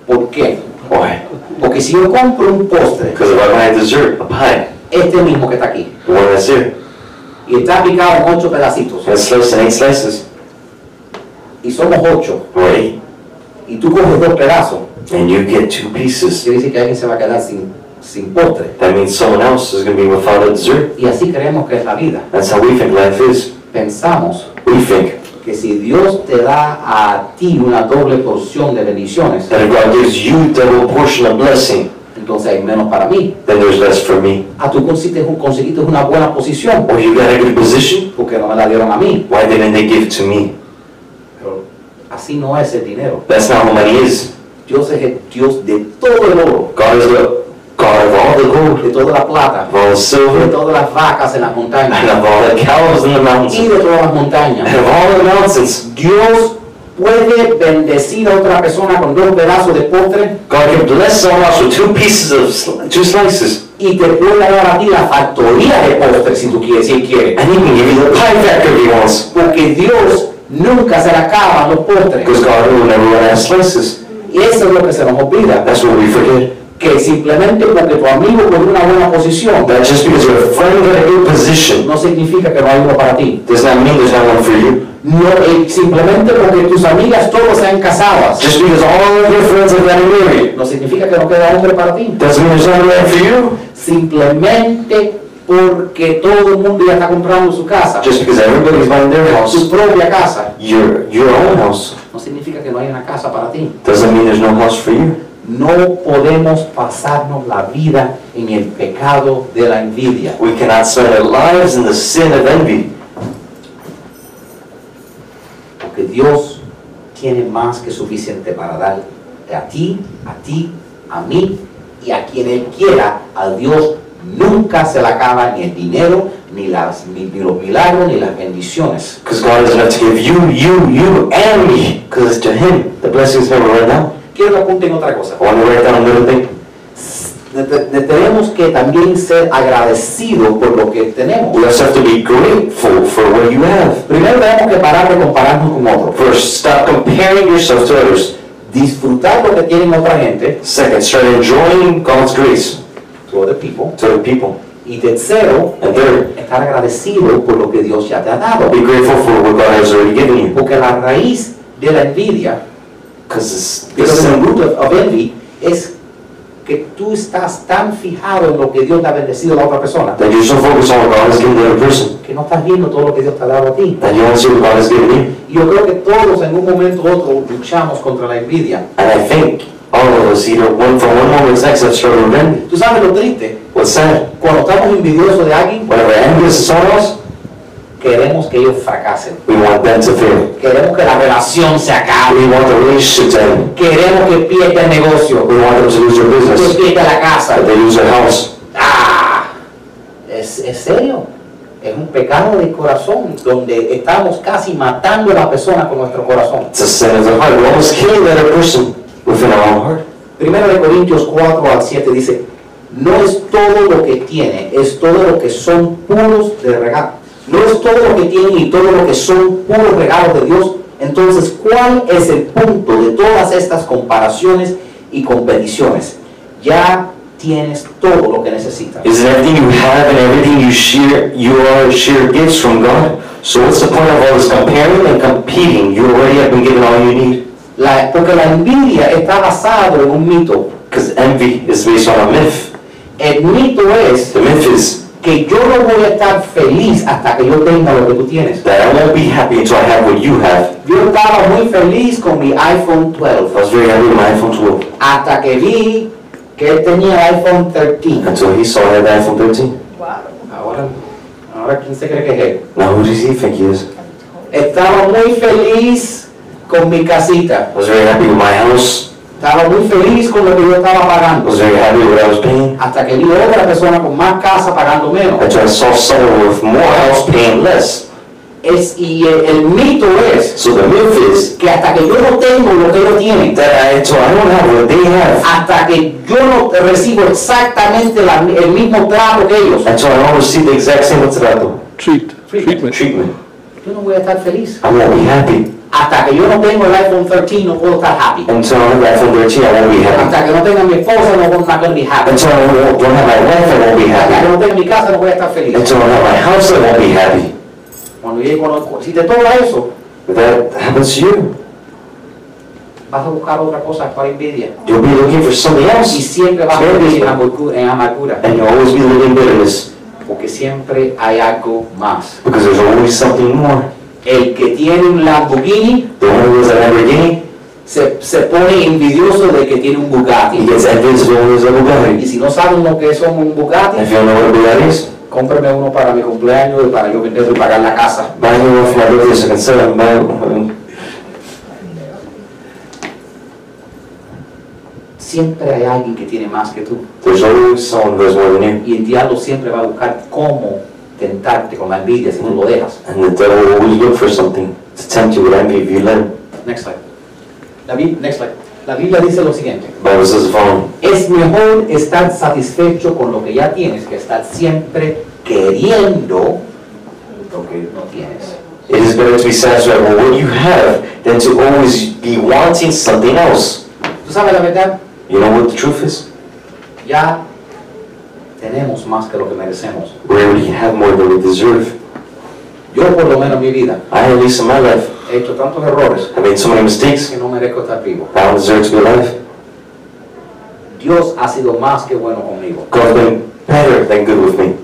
S2: ¿Por qué?
S1: Why?
S2: Porque si yo compro un postre,
S1: Because if I buy a dessert, a pie,
S2: este mismo que está aquí,
S1: the one that's here,
S2: y está picado en ocho pedacitos,
S1: and it's sliced in eight slices,
S2: y somos ocho,
S1: or eight,
S2: y tú coges dos pedazos,
S1: and you get two pieces,
S2: quiere decir que alguien se va a quedar sin, sin postre.
S1: that means someone else is going to be without a dessert.
S2: Y así creemos que es la vida.
S1: That's how we think life is.
S2: Pensamos
S1: We think
S2: que si Dios te da a ti una doble porción de bendiciones,
S1: that if God gives you double portion of blessing,
S2: entonces hay menos para mí.
S1: then there's less for me.
S2: Ah, tú consiste- conseguiste una buena posición,
S1: Or you got a good position,
S2: porque no me la dieron a mí.
S1: why didn't they give it to me?
S2: Pero así no es el dinero.
S1: That's not how money is.
S2: Dios es el Dios de todo el oro,
S1: God is the God of all the gold,
S2: de toda la plata,
S1: of all the
S2: de
S1: silver,
S2: todas las vacas en las
S1: and
S2: montañas
S1: of all the cows in the
S2: y
S1: mountains,
S2: de todas las montañas.
S1: and of all the mountains.
S2: Dios puede bendecir a otra persona con dos pedazos de postre
S1: God can bless someone else with two pieces of, sli- two slices,
S2: y te puede dar a ti la factoría de postre si tú quieres, si él quiere.
S1: and he can give you the pie factor if he wants.
S2: Porque Dios nunca se le acaban los postres.
S1: Because God will never run out of slices.
S2: Y eso es lo que se nos olvida.
S1: That's what we forget.
S2: Que simplemente porque tu amigo con una buena posición
S1: That just because you're a friend got a good position,
S2: no significa que no hay uno para ti.
S1: does not mean there's not one for you.
S2: No, eh, simplemente porque tus amigas todas sean casadas
S1: Just because all of your friends have gotten married,
S2: no significa que no queda hombre para ti.
S1: doesn't mean there's not one for you.
S2: Simplemente porque todo el mundo ya está comprando su casa,
S1: Just because everybody's buying their
S2: su
S1: house,
S2: propia casa,
S1: your, your own house,
S2: no significa que no hay una casa para ti.
S1: doesn't mean there's no house for you.
S2: No podemos pasarnos la vida en el pecado de la envidia.
S1: We cannot spend our lives in the sin of envy.
S2: Porque Dios tiene más que suficiente para dar a ti, a ti, a mí y a quien Él quiera. A Dios nunca se le acaba ni el dinero, ni, las, ni, ni los milagros, ni las bendiciones.
S1: Because God is enough to give you, you, you, and me. Because it's to Him. The blessings never run out.
S2: Quiero que apunten otra cosa.
S1: I want to write down another thing.
S2: Ne- te- ne- tenemos que también ser agradecidos por lo que
S1: We
S2: tenemos.
S1: also have to be grateful for what you have.
S2: Primero tenemos que parar de compararnos con otros.
S1: First, stop comparing yourself to others.
S2: Disfrutar lo que tienen otra gente,
S1: Second, start enjoying God's grace
S2: to other people.
S1: to the people.
S2: Y tercero,
S1: And third,
S2: estar agradecido por lo que Dios ya te ha dado.
S1: be grateful for what God has already given you.
S2: Porque la raíz de la envidia,
S1: Because it's,
S2: the
S1: it's
S2: root of, of envy, es que tú estás tan fijado en lo que Dios te ha bendecido a la otra persona,
S1: that you're so focused on what God has given the other person
S2: que no estás viendo todo lo que Dios te ha dado a ti.
S1: that you don't see what God has given you.
S2: Y yo creo que todos en un momento u otro luchamos contra la envidia.
S1: And I think all of us, you know, one from one moment to the next, I've struggled with envy.
S2: Tú sabes lo triste,
S1: What's sad?
S2: cuando estamos envidiosos de alguien,
S1: Whenever envy is someone else,
S2: queremos que ellos fracasen,
S1: we want them to fail.
S2: queremos que la relación se acabe,
S1: ah, We want the relationship to end.
S2: queremos que pierda el negocio,
S1: We want them to lose their
S2: que
S1: business,
S2: pierda la casa.
S1: that they lose their house.
S2: ¡Ah! ¿Es, es serio? Es un pecado de corazón donde estamos casi matando a la persona con nuestro corazón.
S1: It's a sin of the heart. We're almost killing that other person within our own heart.
S2: Primero de Corintios 4 al 7 dice, no es todo lo que tiene, es todo lo que son puros de regalo. No es todo lo que tienen y todo lo que son puros regalos de Dios. Entonces, ¿cuál es el punto de todas estas comparaciones y competiciones? Ya tienes todo lo que necesitas.
S1: Is that everything you have and everything you share, you are sheer gifts from God? So what's the point of all this comparing and competing? You already have been given all you need.
S2: La- porque la envidia está basada en un mito.
S1: Because envy is based on a myth.
S2: El mito es
S1: The myth is
S2: que yo no voy a estar feliz hasta que yo tenga lo que tú tienes.
S1: that I won't be happy until I have what you have.
S2: Yo estaba muy feliz con mi iPhone 12.
S1: I was very happy with my iPhone 12
S2: hasta que vi que él tenía iPhone 13.
S1: until he saw I had the iPhone 13.
S2: Ahora, ahora quién se cree que es él.
S1: Now who does he think he is?
S2: Estaba muy feliz con mi casita.
S1: I was very happy with my house.
S2: Estaba muy feliz con lo que yo estaba
S1: I
S2: pagando.
S1: was very happy with what I was paying.
S2: Hasta que vi otra persona con más casa pagando menos.
S1: I tried to solve someone with more house paying less.
S2: Es, y el, el mito es
S1: So the myth is
S2: que hasta que yo no tengo lo que ellos tienen,
S1: that I, until I don't have what they have,
S2: hasta que yo no recibo exactamente la- el mismo trato que ellos,
S1: And so I don't receive the exact same trato,
S4: Treat, treatment.
S1: treatment.
S2: yo no voy a estar feliz.
S1: I won't be happy.
S2: Hasta que yo no tengo el iPhone 13 no puedo estar happy.
S1: Until I have iPhone 13, I won't be happy.
S2: Hasta que no tenga mi esposa no voy a be happy.
S1: Until I won't- don't have my wife, I won't be
S2: Hasta que
S1: happy.
S2: no tenga mi casa no voy a estar feliz.
S1: Until I don't have my house, I won't be happy.
S2: Cuando yo conozco, si te toca eso,
S1: If that happens to you,
S2: vas a buscar otra cosa para envidia.
S1: you'll be looking for something
S2: Y
S1: else.
S2: siempre vas a
S1: Siempre.
S2: vivir en amargu- en amargura,
S1: And you'll always be living in bitterness
S2: porque siempre hay algo más.
S1: because there's always something more.
S2: El que tiene un Lamborghini
S1: The one who lives at Lamborghini,
S2: se, se pone envidioso de que tiene un
S1: he
S2: Bugatti.
S1: gets envious of always a
S2: Y
S1: Bugatti.
S2: si no saben lo que son un Bugatti,
S1: If you don't know what a Bugatti is,
S2: cómprame uno para mi cumpleaños y para yo venderlo y pagar la casa.
S1: buy me one for my birthday so I can sell it. and buy one.
S2: Siempre hay alguien que tiene más que tú.
S1: There's always someone who has more than you.
S2: Y el diablo siempre va a buscar cómo tentarte con la envidia si tú lo dejas.
S1: And the devil will always look for something to tempt you with envy if you let him.
S2: Next slide. La, Bi- next slide. La Biblia dice lo siguiente.
S1: Bible says the following.
S2: Es mejor estar satisfecho con lo que ya tienes que estar siempre queriendo lo que no tienes.
S1: It is better to be satisfied with what you have than to always be wanting something else.
S2: ¿Tú sabes la verdad?
S1: You know what the truth is?
S2: Ya tenemos más que lo que merecemos.
S1: We already have more than we deserve.
S2: Yo por lo menos en mi vida
S1: I, at least in my life,
S2: he hecho tantos errores
S1: have made so many mistakes.
S2: que no merezco estar vivo.
S1: I don't deserve to be alive.
S2: Dios ha sido más que bueno conmigo.
S1: God's been better than good with me.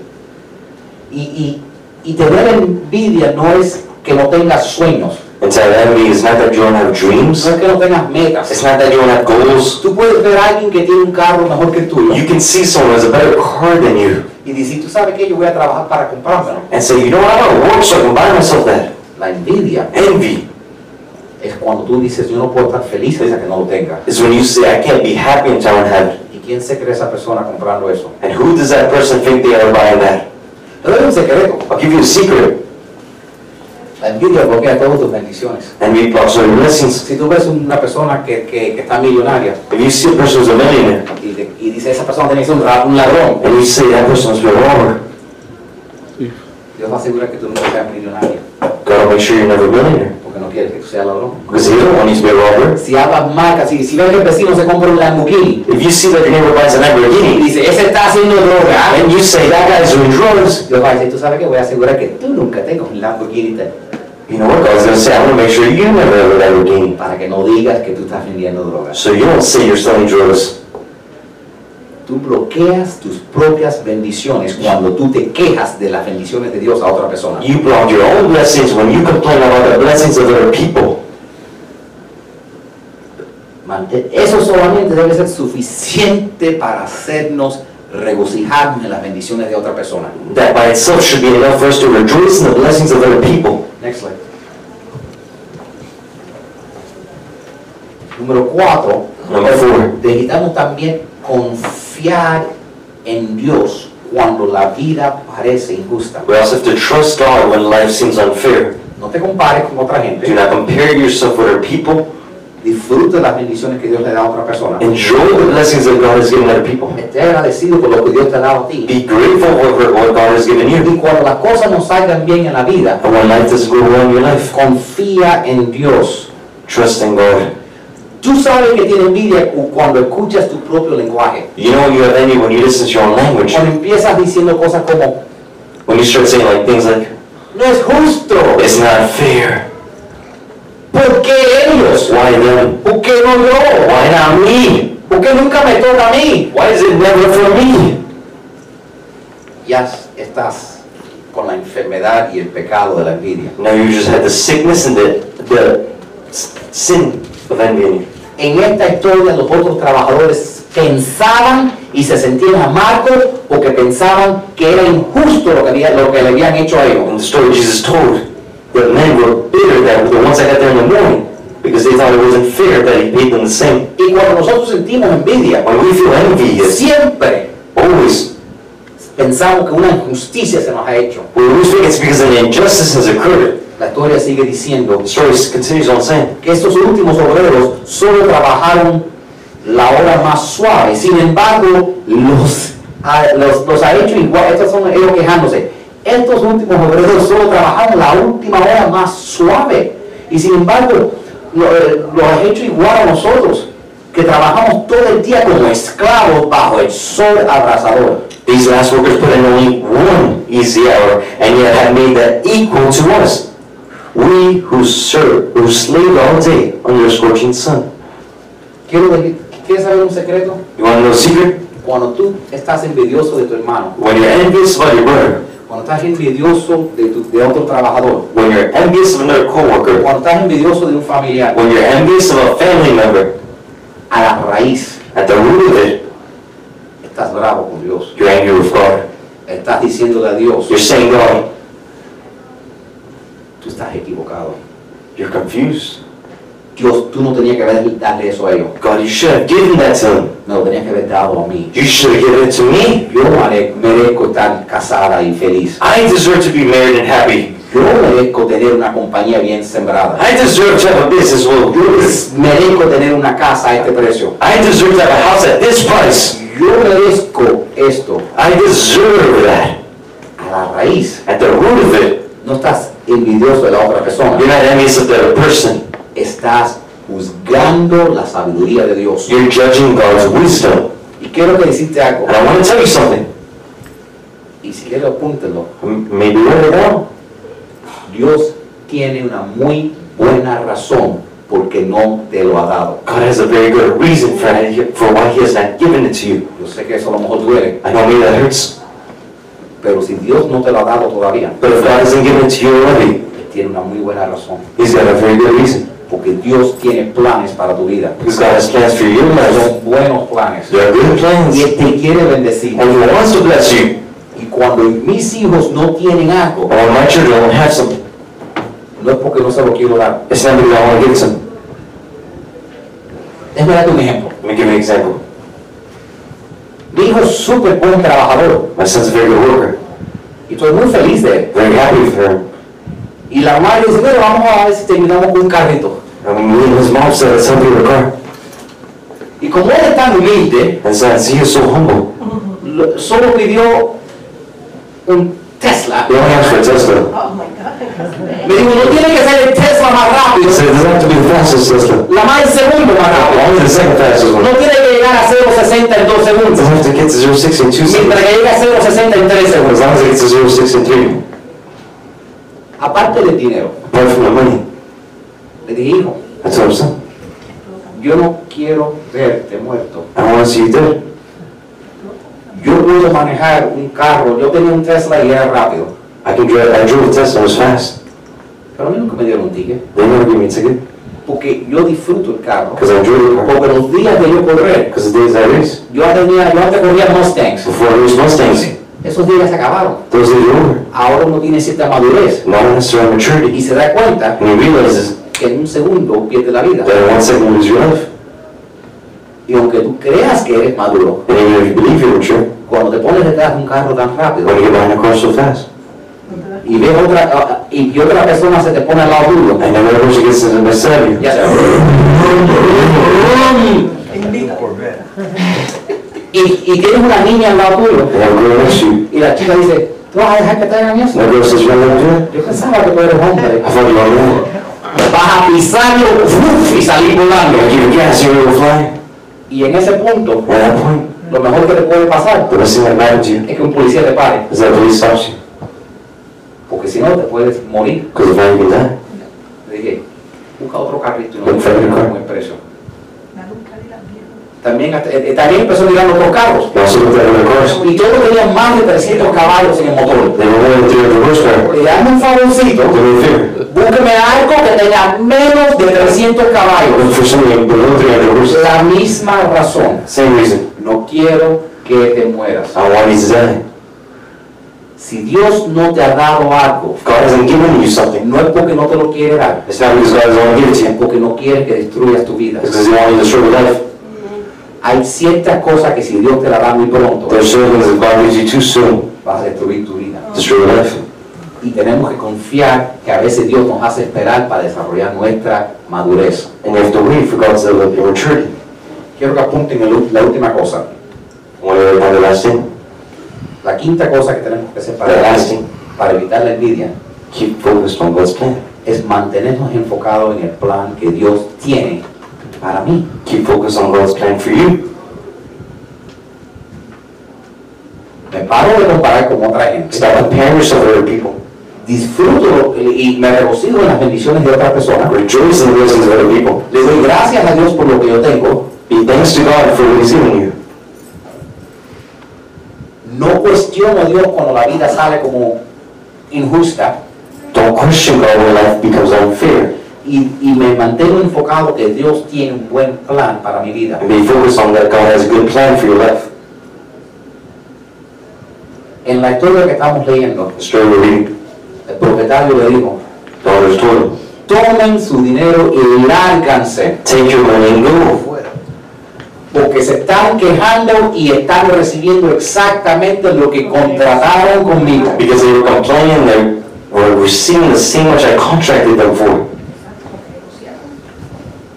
S2: Y, y, y tener envidia no es que no tengas sueños,
S1: And to have envy is not that you don't have dreams.
S2: no es que no tengas metas.
S1: It's not that you don't have goals.
S2: Tú puedes ver a alguien que tiene un carro mejor que el tuyo
S1: You can see someone has a better car than you
S2: y decir, tú sabes que yo voy a trabajar para comprármelo.
S1: and say, you know what, I don't work so I can buy myself that.
S2: La envidia
S1: Envy
S2: es cuando tú dices, yo no puedo estar feliz hasta que no lo tenga.
S1: is when you say, I can't be happy until I have it.
S2: ¿Y quién se cree esa persona comprando eso?
S1: And who does that person think they are buying that?
S2: Pero es un secreto.
S1: I'll give you a secret,
S2: La envidia bloquea todas tus bendiciones.
S1: and we also your blessings.
S2: Si tú ves una persona que, que, que está millonaria
S1: If you see a person who's a millionaire,
S2: y, te- y dice, esa persona tiene que ser un ra- un ladrón,
S1: and you say that person's a robber,
S2: Dios va a asegurar que tú nunca seas millonaria
S1: God will make sure you're never a millionaire,
S2: porque no quiere que tú seas ladrón.
S1: because he don't want you to be a robber.
S2: si hablas marcas, si, si ves que el vecino se compra un Lamborghini
S1: If you see that your neighbor buys a
S2: y
S1: Lamborghini,
S2: dice, ese está haciendo droga,
S1: and you say that guy's doing drugs,
S2: Dios va a decir, tú sabes que voy a asegurar que tú nunca tengas un Lamborghini te-
S1: you know what God's gonna say? I'm gonna make sure you never have a Lamborghini.
S2: para que no digas que tú estás vendiendo drogas.
S1: So you don't say you're selling drugs.
S2: Tú bloqueas tus propias bendiciones cuando tú te quejas de las bendiciones de Dios a otra persona.
S1: You block your own blessings when you complain about the blessings of other people.
S2: Mantén- Eso solamente debe ser suficiente para hacernos regocijarnos en las bendiciones de otra persona.
S1: That by itself should be enough for us to rejoice in the blessings of other people.
S2: Next slide. Número 4.
S1: Number four,
S2: Necesitamos también confiar en Dios cuando la vida parece injusta.
S1: We also have to trust God when life seems unfair.
S2: No te compares con otra
S1: Do
S2: gente.
S1: not compare yourself with other people.
S2: Disfruta las bendiciones que Dios le da a otra persona.
S1: Enjoy the blessings that God has given other people.
S2: Esté agradecido por lo que Dios te ha dado a ti.
S1: Be grateful for what God has given you.
S2: Y cuando las cosas no salgan bien en la vida,
S1: And when life doesn't go well in your life,
S2: confía en Dios.
S1: trust in God.
S2: Tú sabes que tiene envidia cu- cuando escuchas tu propio lenguaje.
S1: You know you have any when you listen to your own language.
S2: Cuando empiezas diciendo cosas como,
S1: When you start saying like things like,
S2: no es justo.
S1: it's not fair.
S2: ¿Por qué ellos?
S1: Why them?
S2: ¿Por qué no yo?
S1: Why not me?
S2: ¿Por qué nunca me toca a mí?
S1: Why is it never for me?
S2: Ya estás con la enfermedad y el pecado de la envidia.
S1: Now you just had the sickness and the, the s- sin of envy in you.
S2: En esta historia los otros trabajadores pensaban y se sentían amargos porque pensaban que era injusto lo que, había- lo que le habían hecho a ellos.
S1: In the story Jesus told, the men were bitter that the ones that got there in the morning because they thought it wasn't fair that he paid them the same.
S2: Y cuando nosotros sentimos envidia, pues,
S1: When we feel envy, it's
S2: siempre
S1: always
S2: pensamos que una injusticia se nos ha hecho.
S1: We always think it's because an injustice has occurred.
S2: La historia sigue diciendo
S1: The story continues on saying,
S2: que estos últimos obreros solo trabajaron la hora más suave. Sin embargo, los ha, los, los ha hecho igual. Estos son ellos quejándose. Estos últimos obreros solo trabajaron la última hora más suave. Y sin embargo, lo, eh, lo ha hecho igual a nosotros, que trabajamos todo el día como esclavos bajo el sol abrasador.
S1: These last workers put in only one easy hour, and yet have made that equal to us. We who serve, who slaved all day under the scorching sun.
S2: Quiero decir- ¿Quieres saber un secreto?
S1: You want to know a secret?
S2: Cuando tú estás envidioso de tu hermano,
S1: When you're envious about your brother,
S2: cuando estás envidioso de, tu- de otro trabajador,
S1: when you're envious of another coworker,
S2: cuando estás envidioso de un familiar,
S1: when you're envious of a family member,
S2: a la raíz
S1: at the root of it,
S2: estás bravo con Dios.
S1: you're angry with God.
S2: Estás diciéndole a Dios,
S1: You're saying, God,
S2: tú estás equivocado.
S1: you're confused.
S2: Dios, tú no tenías que haber darle eso a ellos.
S1: God, you should have given that to him.
S2: Me lo tenías que haber dado a mí.
S1: You should have given it to me.
S2: Yo mere- merezco estar casada y feliz.
S1: I deserve to be married and happy.
S2: Yo merezco tener una compañía bien sembrada.
S1: I deserve to have a business well
S2: Yo
S1: rooted.
S2: merezco tener una casa a este precio.
S1: I deserve to have a house at this price.
S2: Yo merezco esto.
S1: I deserve that.
S2: A la raíz.
S1: At the root of it,
S2: No estás envidioso de la otra persona.
S1: you're not envious of the other person.
S2: Estás juzgando la sabiduría de Dios.
S1: You're judging God's wisdom.
S2: Y quiero que decirte algo.
S1: And I want to tell you something.
S2: Y si quiero apúntenlo,
S1: M- Maybe write it down.
S2: Dios tiene una muy buena razón porque no te lo ha dado.
S1: God has a very good reason for, for why He has not given it to you.
S2: Yo sé que eso a lo mejor duele,
S1: I know maybe that hurts,
S2: pero si Dios no te lo ha dado todavía,
S1: but if God hasn't given it to you already,
S2: Él tiene una muy buena razón.
S1: He's got a very good reason.
S2: Porque Dios tiene planes para tu vida.
S1: Because God has plans for your life.
S2: Son buenos planes.
S1: There are good plans.
S2: Y Él
S1: And
S2: te quiere bendecir.
S1: He wants to bless you.
S2: Y cuando mis hijos no tienen algo,
S1: But when my children don't have something,
S2: no es porque no se lo quiero dar.
S1: It's not because I want to give it to them.
S2: Déjame darte un ejemplo.
S1: Let me give you an example.
S2: Mi hijo es súper buen trabajador.
S1: My son's a very good worker.
S2: Y estoy muy feliz de él.
S1: Very happy with her.
S2: Y la mamá le dice, bueno, vamos a ver si terminamos con un carrito.
S1: And me and his mom said it's something in the car.
S2: Y como él es tan humilde,
S1: And since he is so humble,
S2: lo- solo pidió un Tesla.
S1: he only asked for a Tesla.
S5: Oh my God.
S2: Me dijo, no tiene que ser el Tesla más
S1: He
S2: rápido,
S1: said it doesn't have to be the fastest Tesla.
S2: la más el segundo más rápido.
S1: Only the second fastest one.
S2: No
S1: It
S2: tiene que llegar a 0.60 en 2 segundos,
S1: doesn't have to get to 06 in 2
S2: mientras
S1: seconds.
S2: que llega a 0.60 en 3
S1: As
S2: segundos.
S1: long as it gets to 06 in 3.
S2: Aparte del dinero,
S1: Apart from the money.
S2: le dije, hijo,
S1: That's what I'm saying.
S2: yo no quiero verte muerto.
S1: I don't want to see you dead.
S2: Yo puedo manejar un carro, yo tenía un Tesla y era rápido,
S1: I can drive, I drove a Tesla, it was fast.
S2: pero a mí nunca me dieron un ticket,
S1: They never gave me a ticket.
S2: porque yo disfruto el carro.
S1: Because I drove the car.
S2: Porque los días de yo correr,
S1: Because the days I raced.
S2: yo tenía, yo antes corría Mustangs.
S1: Before I raced Mustangs,
S2: Esos días se acabaron.
S1: those days are over.
S2: Ahora uno tiene cierta madurez
S1: Now I have around maturity.
S2: y se da cuenta
S1: And he realizes
S2: que en un segundo pierde la vida.
S1: that in one second you lose your life.
S2: Y aunque tú creas que eres maduro,
S1: And even if you believe you're mature,
S2: Cuando te pones detrás de un carro tan rápido
S1: When you get behind a car so fast.
S2: y ves otra ah, y, y otra persona se te pone al lado tuyo,
S1: And another person gets in the best of you.
S2: ya se- y, y tienes una niña al lado tuyo
S1: And that girl next to you.
S2: y la chica dice, ¿tú vas a dejar que te hagan eso?
S1: And that girl says, you want to do it?
S2: Yo pensaba que tú eres hombre.
S1: I thought you were wrong.
S2: Vas a pisarlo ¡uf! y salir volando.
S1: You give gas, you will fly.
S2: Y en ese punto,
S1: At that point,
S2: lo mejor que te puede pasar
S1: the best thing that matters to you
S2: es que un policía te pare,
S1: is that police stops you.
S2: porque si no te puedes morir.
S1: Because if not, you can die.
S2: Le dije, busca otro carrito y no
S1: Busca
S2: te
S1: otro carro.
S2: con el precio. También, hasta- eh, eh, también empezó a mirar los otros carros.
S1: You also look at other cars.
S2: Y todos tenían más de 300 caballos en el motor.
S1: They were willing to do the worst part.
S2: Le dame un favorcito,
S1: Don't give me fear.
S2: búsqueme algo que tenga menos de 300
S1: Look
S2: caballos.
S1: for something below 300 horses.
S2: La misma razón.
S1: Same reason.
S2: No quiero que te mueras.
S1: I want you to die.
S2: Si Dios no te ha dado algo,
S1: If God hasn't given you something,
S2: no es porque no te lo quiere dar,
S1: it's not because God doesn't want to give it to
S2: es
S1: you.
S2: porque no quiere que destruyas tu vida.
S1: It's because He wants you to struggle life.
S2: Hay ciertas cosas que si Dios te la da muy pronto,
S1: There's certain things that God gives you too soon
S2: vas a destruir tu vida.
S1: to struggle life.
S2: Y tenemos que confiar que a veces Dios nos hace esperar para desarrollar nuestra madurez.
S1: And you have to wait for God to develop your maturity.
S2: Quiero que apunten el ul- la última cosa.
S1: One of the, one of the last thing,
S2: La quinta cosa que tenemos que hacer para,
S1: The last thing.
S2: para evitar la envidia
S1: keep focused on God's plan.
S2: es mantenernos enfocados en el plan que Dios tiene para mí.
S1: Keep focused on God's plan for you.
S2: Me paro de comparar con otra gente.
S1: Stop comparing yourself to other people.
S2: Disfruto y me regocijo en las bendiciones de otras personas.
S1: Rejoice in the blessings of other people.
S2: Le doy gracias a Dios por lo que yo tengo.
S1: Be thanks to God for what He's given you.
S2: No cuestiono a Dios cuando la vida sale como injusta
S1: Don't question God when life becomes unfair.
S2: y, y me mantengo enfocado que Dios tiene un buen plan para mi vida.
S1: And be focused on that God has a good plan for your life.
S2: En la historia que estamos leyendo,
S1: The story we're reading,
S2: el propietario le dijo,
S1: the daughter's told him,
S2: tomen su dinero y lárganse,
S1: take your money and go.
S2: porque se están quejando y están recibiendo exactamente lo que contrataron conmigo.
S1: Because they were complaining they were receiving the same much I contracted them for.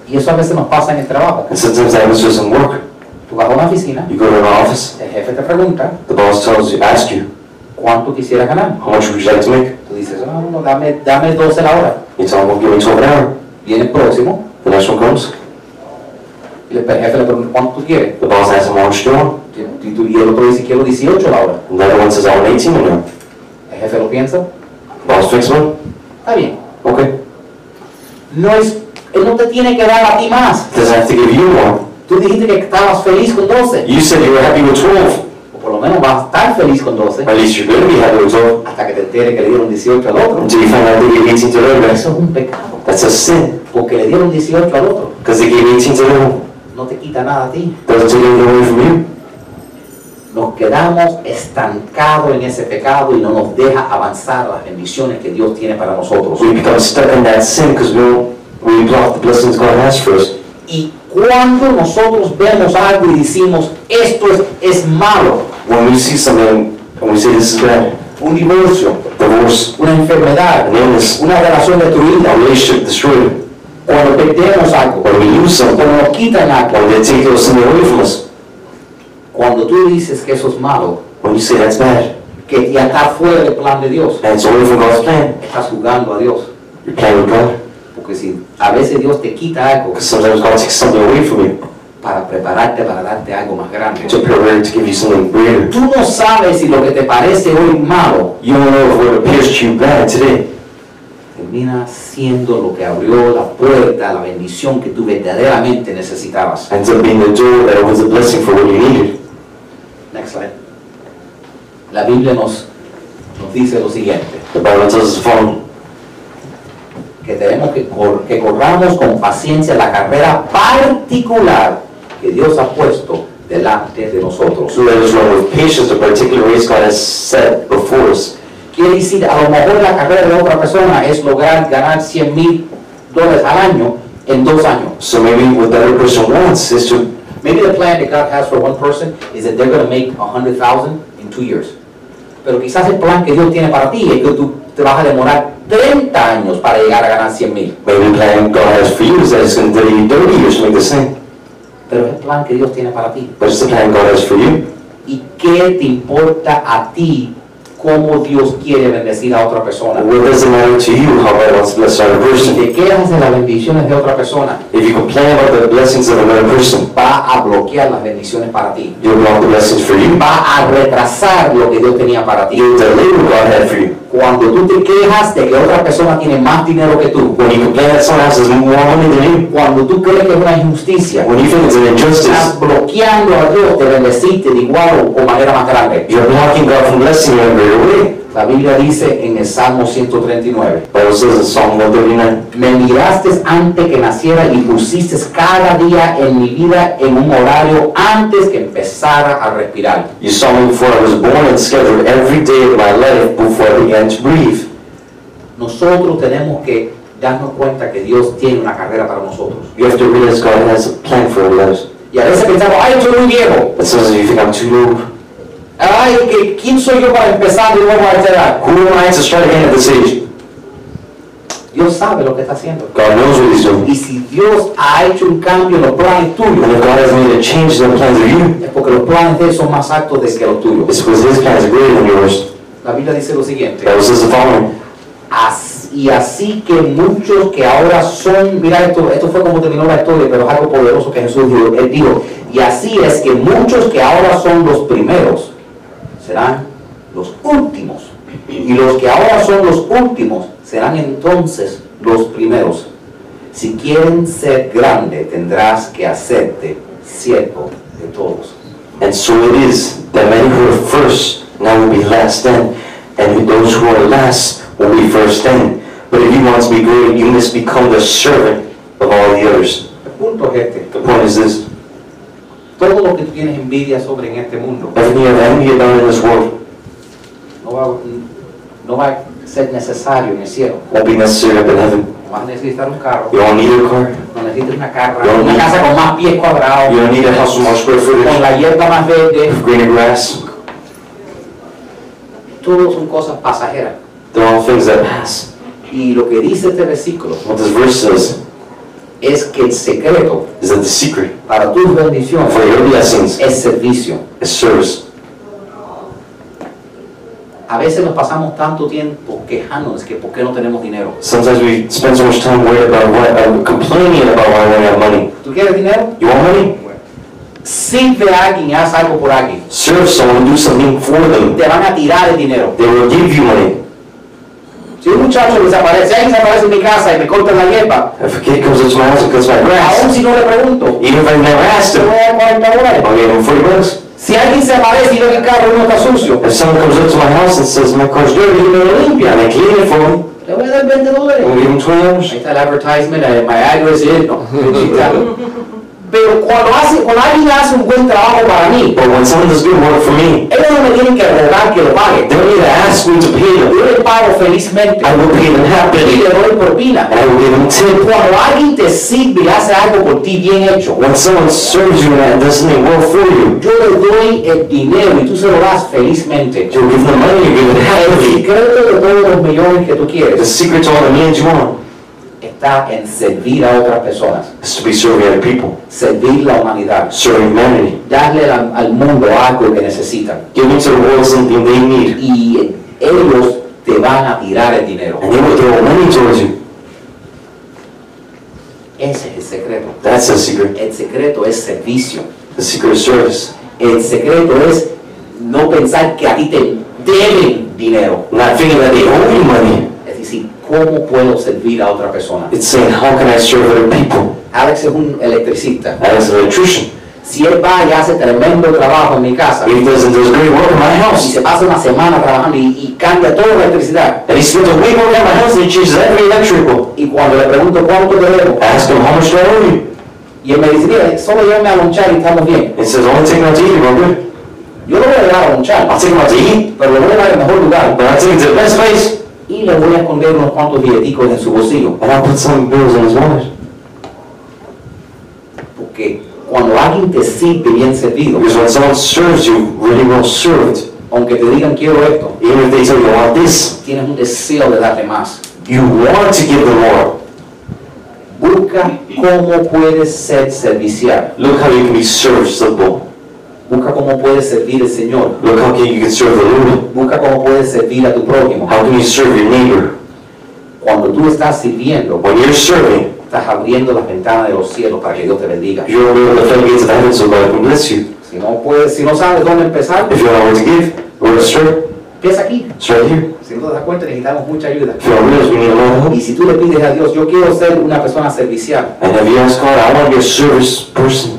S2: Y eso a veces nos pasa en el trabajo.
S1: And sometimes that happens just in work.
S2: Tú vas a una oficina,
S1: You go to an office,
S2: el jefe te pregunta,
S1: the boss tells you, asks you,
S2: ¿cuánto quisieras ganar?
S1: how much would you like to make?
S2: Tú dices, no, no, no, dame, dame 12 la hora.
S1: You tell him, well, give me 12 an hour.
S2: Viene el próximo,
S1: The next one comes,
S2: y el jefe le pregunta, ¿cuánto tú quieres?
S1: the boss asks him, how much do you want?
S2: Y, y tú- y el otro dice, quiero 18 la hora.
S1: And the other one says, I want 18 an hour.
S2: El jefe lo piensa,
S1: The boss picks one,
S2: está bien.
S1: okay.
S2: No es, él no te tiene que dar a ti más.
S1: Doesn't have to give you more.
S2: Tú dijiste que estabas feliz con 12.
S1: You said you were happy with 12.
S2: O por lo menos vas a estar feliz con 12.
S1: At least you're going to be happy with 12.
S2: Hasta que te enteres que le dieron 18 al otro.
S1: Until you find out they gave 18 to the other guy.
S2: Eso es un pecado.
S1: That's a sin.
S2: Porque le dieron 18 al otro.
S1: Because they gave 18 to them.
S2: No te quita nada a ti.
S1: Doesn't take anything away from you.
S2: Nos quedamos estancados en ese pecado y no nos deja avanzar las bendiciones que Dios tiene para nosotros.
S1: We become stuck in that sin because we don't, we block the blessings God has for us.
S2: Y cuando nosotros vemos algo y decimos, esto es, es malo,
S1: When we see something and we say this is bad,
S2: un divorcio,
S1: divorce,
S2: una enfermedad,
S1: an illness,
S2: una relación
S1: a
S2: destruida,
S1: relationship destroyed,
S2: cuando perdemos algo,
S1: when we lose something,
S2: cuando nos quitan algo,
S1: when they take those things away from us,
S2: cuando tú dices que eso es malo,
S1: when you say that's bad,
S2: que ya está fuera del plan de Dios,
S1: and it's away from God's plan,
S2: estás jugando a Dios.
S1: you're playing with God.
S2: Porque si a veces Dios te quita algo
S1: Because sometimes God takes something away from you
S2: para prepararte, para darte algo más grande.
S1: to prepare to give you something greater.
S2: Tú no sabes si lo que te parece hoy malo
S1: You don't know if what appears to you bad today
S2: termina siendo lo que abrió la puerta a la bendición que tú verdaderamente necesitabas.
S1: ends up being the door that opens a blessing for what you needed.
S2: Next slide. La Biblia nos, nos dice lo siguiente,
S1: The Bible tells us the following.
S2: que tenemos que, cor- que corramos con paciencia la carrera particular que Dios ha puesto delante de nosotros.
S1: So let us run with patience the particular race God has set before us.
S2: Quiere decir, a lo mejor la carrera de otra persona es lograr ganar 100 mil dólares al año en dos años.
S1: So maybe what the other person wants is to
S2: Maybe the plan that God has for one person is that they're going to make a hundred thousand in two years. Pero quizás el plan que Dios tiene para ti es que tú te vas a demorar 30 años para llegar a ganar 100 mil.
S1: Maybe the plan God has for you is that it's going to take you 30 years to make the same.
S2: Pero es el plan que Dios tiene para ti.
S1: But it's the plan God has for you.
S2: ¿Y qué te importa a ti cómo Dios quiere bendecir a otra persona?
S1: What does it matter to you how God wants to bless another
S2: Si
S1: person?
S2: te quedas en las bendiciones de otra persona,
S1: If you complain about the blessings of another person,
S2: va a bloquear las bendiciones para ti.
S1: you'll block the blessings for you.
S2: Va a retrasar lo que Dios tenía para ti.
S1: You'll delay what God had for you.
S2: Cuando tú te quejas de que otra persona tiene más dinero que tú,
S1: When you complain that someone else has more money than you,
S2: cuando tú crees que es una injusticia,
S1: when you think it's an
S2: estás
S1: injustice,
S2: bloqueando a Dios de bendecirte de igual o, o manera más grande.
S1: you're blocking God from blessing you in a greater way.
S2: La Biblia dice en el Salmo 139,
S1: Bible says in Psalm 139,
S2: me miraste antes que naciera y pusiste cada día en mi vida en un horario antes que empezara a respirar.
S1: You saw me before I was born and scheduled every day of my life before I began to breathe.
S2: Nosotros tenemos que darnos cuenta que Dios tiene una carrera para nosotros.
S1: You have to realize God has a plan for our lives.
S2: Y a veces pensamos, ay, yo soy muy viejo.
S1: But sometimes you think I'm too old.
S2: Ay, que ¿quién soy yo para empezar de nuevo a esta edad?
S1: Who am I to start again at this age?
S2: Dios sabe lo que está haciendo.
S1: God knows what He's doing.
S2: Y si Dios ha hecho un cambio en los planes tuyos,
S1: And if God has made a change in the plans of you,
S2: es porque los planes de él son más altos de que los tuyos.
S1: it's because His plans are greater than yours.
S2: La Biblia dice lo siguiente.
S1: Bible says the following.
S2: As- y así que muchos que ahora son, mira esto, esto fue como terminó la historia, pero es algo poderoso que Jesús dijo, él dijo, y así es que muchos que ahora son los primeros serán los últimos, y los que ahora son los últimos serán entonces los primeros. Si quieren ser grande, tendrás que hacerte siervo de todos.
S1: And so it is that many who are first now will be last then, and those who are last will be first then. But if you want to be great, you must become the servant of all the others.
S2: El punto es este,
S1: The point is this.
S2: todo lo que tú tienes envidia sobre en este mundo
S1: Everything you have envy about in this world
S2: no va, no va a ser necesario en el cielo.
S1: won't be necessary up in heaven.
S2: No vas a necesitar un carro,
S1: You don't need a car.
S2: no necesitas una carra,
S1: Yo
S2: una
S1: ni-
S2: casa con más pies cuadrados,
S1: You don't need a house with more square
S2: con
S1: footage,
S2: la hierba más verde,
S1: greener grass.
S2: todo son cosas pasajeras.
S1: They're all things that pass.
S2: Y lo que dice este versículo
S1: What this verse says
S2: es que el secreto
S1: is that the secret
S2: para tus bendiciones
S1: for your blessings
S2: es servicio.
S1: is service.
S2: A veces nos pasamos tanto tiempo quejándonos que por qué no tenemos dinero.
S1: Sometimes we spend so much time worried about what, uh, complaining about why we don't have money.
S2: ¿Tú quieres dinero?
S1: You want money?
S2: Sirve a alguien, haz algo por alguien.
S1: Serve someone, do something for them.
S2: Te van a tirar el dinero.
S1: They will give you money.
S2: Si un muchacho desaparece, alguien desaparece en mi casa y me corta la hierba,
S1: If a kid comes up to my house and cuts my
S2: aún
S1: grass,
S2: si no le pregunto,
S1: even if I never asked
S2: te voy
S1: him,
S2: a dar 40 dólares.
S1: I'll give him 40 bucks.
S2: Si alguien se aparece y ve que el carro no está sucio,
S1: If someone comes up to my house and says my car's dirty, you know, limpia, and I clean it for him,
S2: le voy a dar 20 dólares.
S1: I'll give him 20 dollars.
S2: Ahí está el advertisement, eh, my address is, no, chiquita. Pero cuando, hace, cuando alguien hace un buen trabajo para mí,
S1: But when someone does good work for me,
S2: ellos no me tienen que rogar que lo pague.
S1: they don't need to ask me to pay
S2: Yo
S1: them.
S2: le pago felizmente
S1: I will pay them
S2: y le
S1: happily,
S2: doy propina.
S1: and I will give them tip.
S2: Cuando alguien te sirve y hace algo por ti bien hecho,
S1: When someone serves you and does something well for you,
S2: yo le doy el dinero y tú se lo das felizmente.
S1: you'll give them money, you give it
S2: El
S1: happily.
S2: secreto de todos los millones que tú
S1: The
S2: quieres
S1: secret to all the millions you want
S2: está en servir a otras personas,
S1: is to be serving other people,
S2: servir la humanidad.
S1: serving humanity,
S2: darle al, al mundo algo que necesitan.
S1: giving to the world something they need,
S2: Y ellos te van a tirar el dinero.
S1: and they will throw money towards you.
S2: Ese es el secreto.
S1: That's the secret.
S2: El secreto es servicio.
S1: The secret of service.
S2: El secreto es no pensar que a ti te deben dinero.
S1: Not thinking that they owe you money.
S2: Es decir, ¿cómo puedo servir a otra persona?
S1: It's saying, how can I serve other people?
S2: Alex es un electricista.
S1: As an electrician,
S2: Si él va y hace tremendo trabajo en mi casa
S1: he does does great work in my
S2: y
S1: house,
S2: se pasa una semana trabajando y, y cambia toda la electricidad,
S1: and he spends a week working at my house and he changes every electrical.
S2: y cuando le pregunto cuánto te debo,
S1: Ask him how much do I owe you?
S2: y él me dice, mira, solo llévame a lonchar y estamos bien.
S1: He says, only take him out to eat, Robert.
S2: Yo lo voy a dejar a un
S1: I'll
S2: chal,
S1: take him out to eat,
S2: pero lo voy a llevar al mejor lugar
S1: but I'll take him to the best place,
S2: y le voy a esconder unos cuantos billeticos en su bolsillo.
S1: and I'll put some bills in his wallet.
S2: Porque cuando alguien te sirve bien servido,
S1: Because when someone serves you really well served,
S2: aunque te digan quiero esto,
S1: even if they tell you I want this,
S2: tienes un deseo de darle más.
S1: you want to give them more.
S2: Busca cómo puedes ser servicial.
S1: Look how you can be serviceable.
S2: Busca cómo puedes servir al Señor.
S1: Look how can you can serve the Lord.
S2: Busca cómo puedes servir a tu prójimo.
S1: How can you serve your neighbor?
S2: Cuando tú estás sirviendo, pues,
S1: When you're serving,
S2: estás abriendo las ventanas de los cielos para que Dios te bendiga.
S1: you're aware of the floodgates of heaven so God can bless you.
S2: Si no puedes, si no sabes dónde empezar, pues,
S1: If you don't know what to give, where to serve,
S2: empieza aquí.
S1: it's right here.
S2: Si no te das cuenta, necesitamos mucha ayuda.
S1: If you don't realize we need a lot of help.
S2: Y si tú le pides a Dios, yo quiero ser una persona servicial,
S1: And if you ask God, I want to be a service person,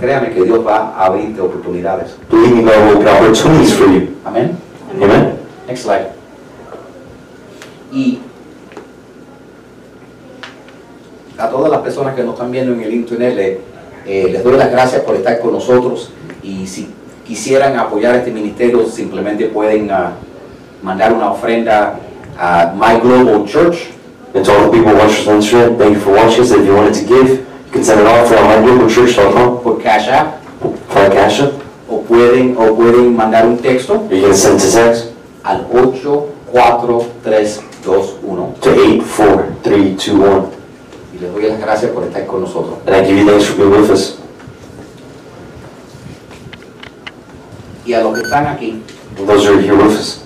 S2: créame que Dios va a abrirte oportunidades.
S1: believe me, God will open opportunities for you.
S2: Amén.
S1: Amen?
S2: Next slide. Y a todas las personas que nos están viendo en el internet, le- eh, les doy las gracias por estar con nosotros. Y si quisieran apoyar este ministerio, simplemente pueden ah, mandar una ofrenda a My Global Church.
S1: And to all the people watching us on internet, thank you for watching us. If you wanted to give, you can send it off on myglobalchurch.com
S2: por Cash App
S1: for cash up.
S2: o pueden, o pueden mandar un texto
S1: You can send to text
S2: al 84321.
S1: to 84321.
S2: Y les doy las gracias por estar con nosotros.
S1: And I give you thanks for being with us.
S2: Y a los que están aquí,
S1: And those who are here with us.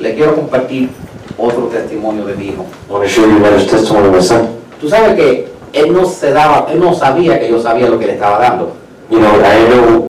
S2: les quiero compartir otro testimonio de mi hijo.
S1: I want to show you another testimony of my son.
S2: Tú sabes que él no se daba, él no sabía que yo sabía lo que le estaba dando.
S1: You know, I know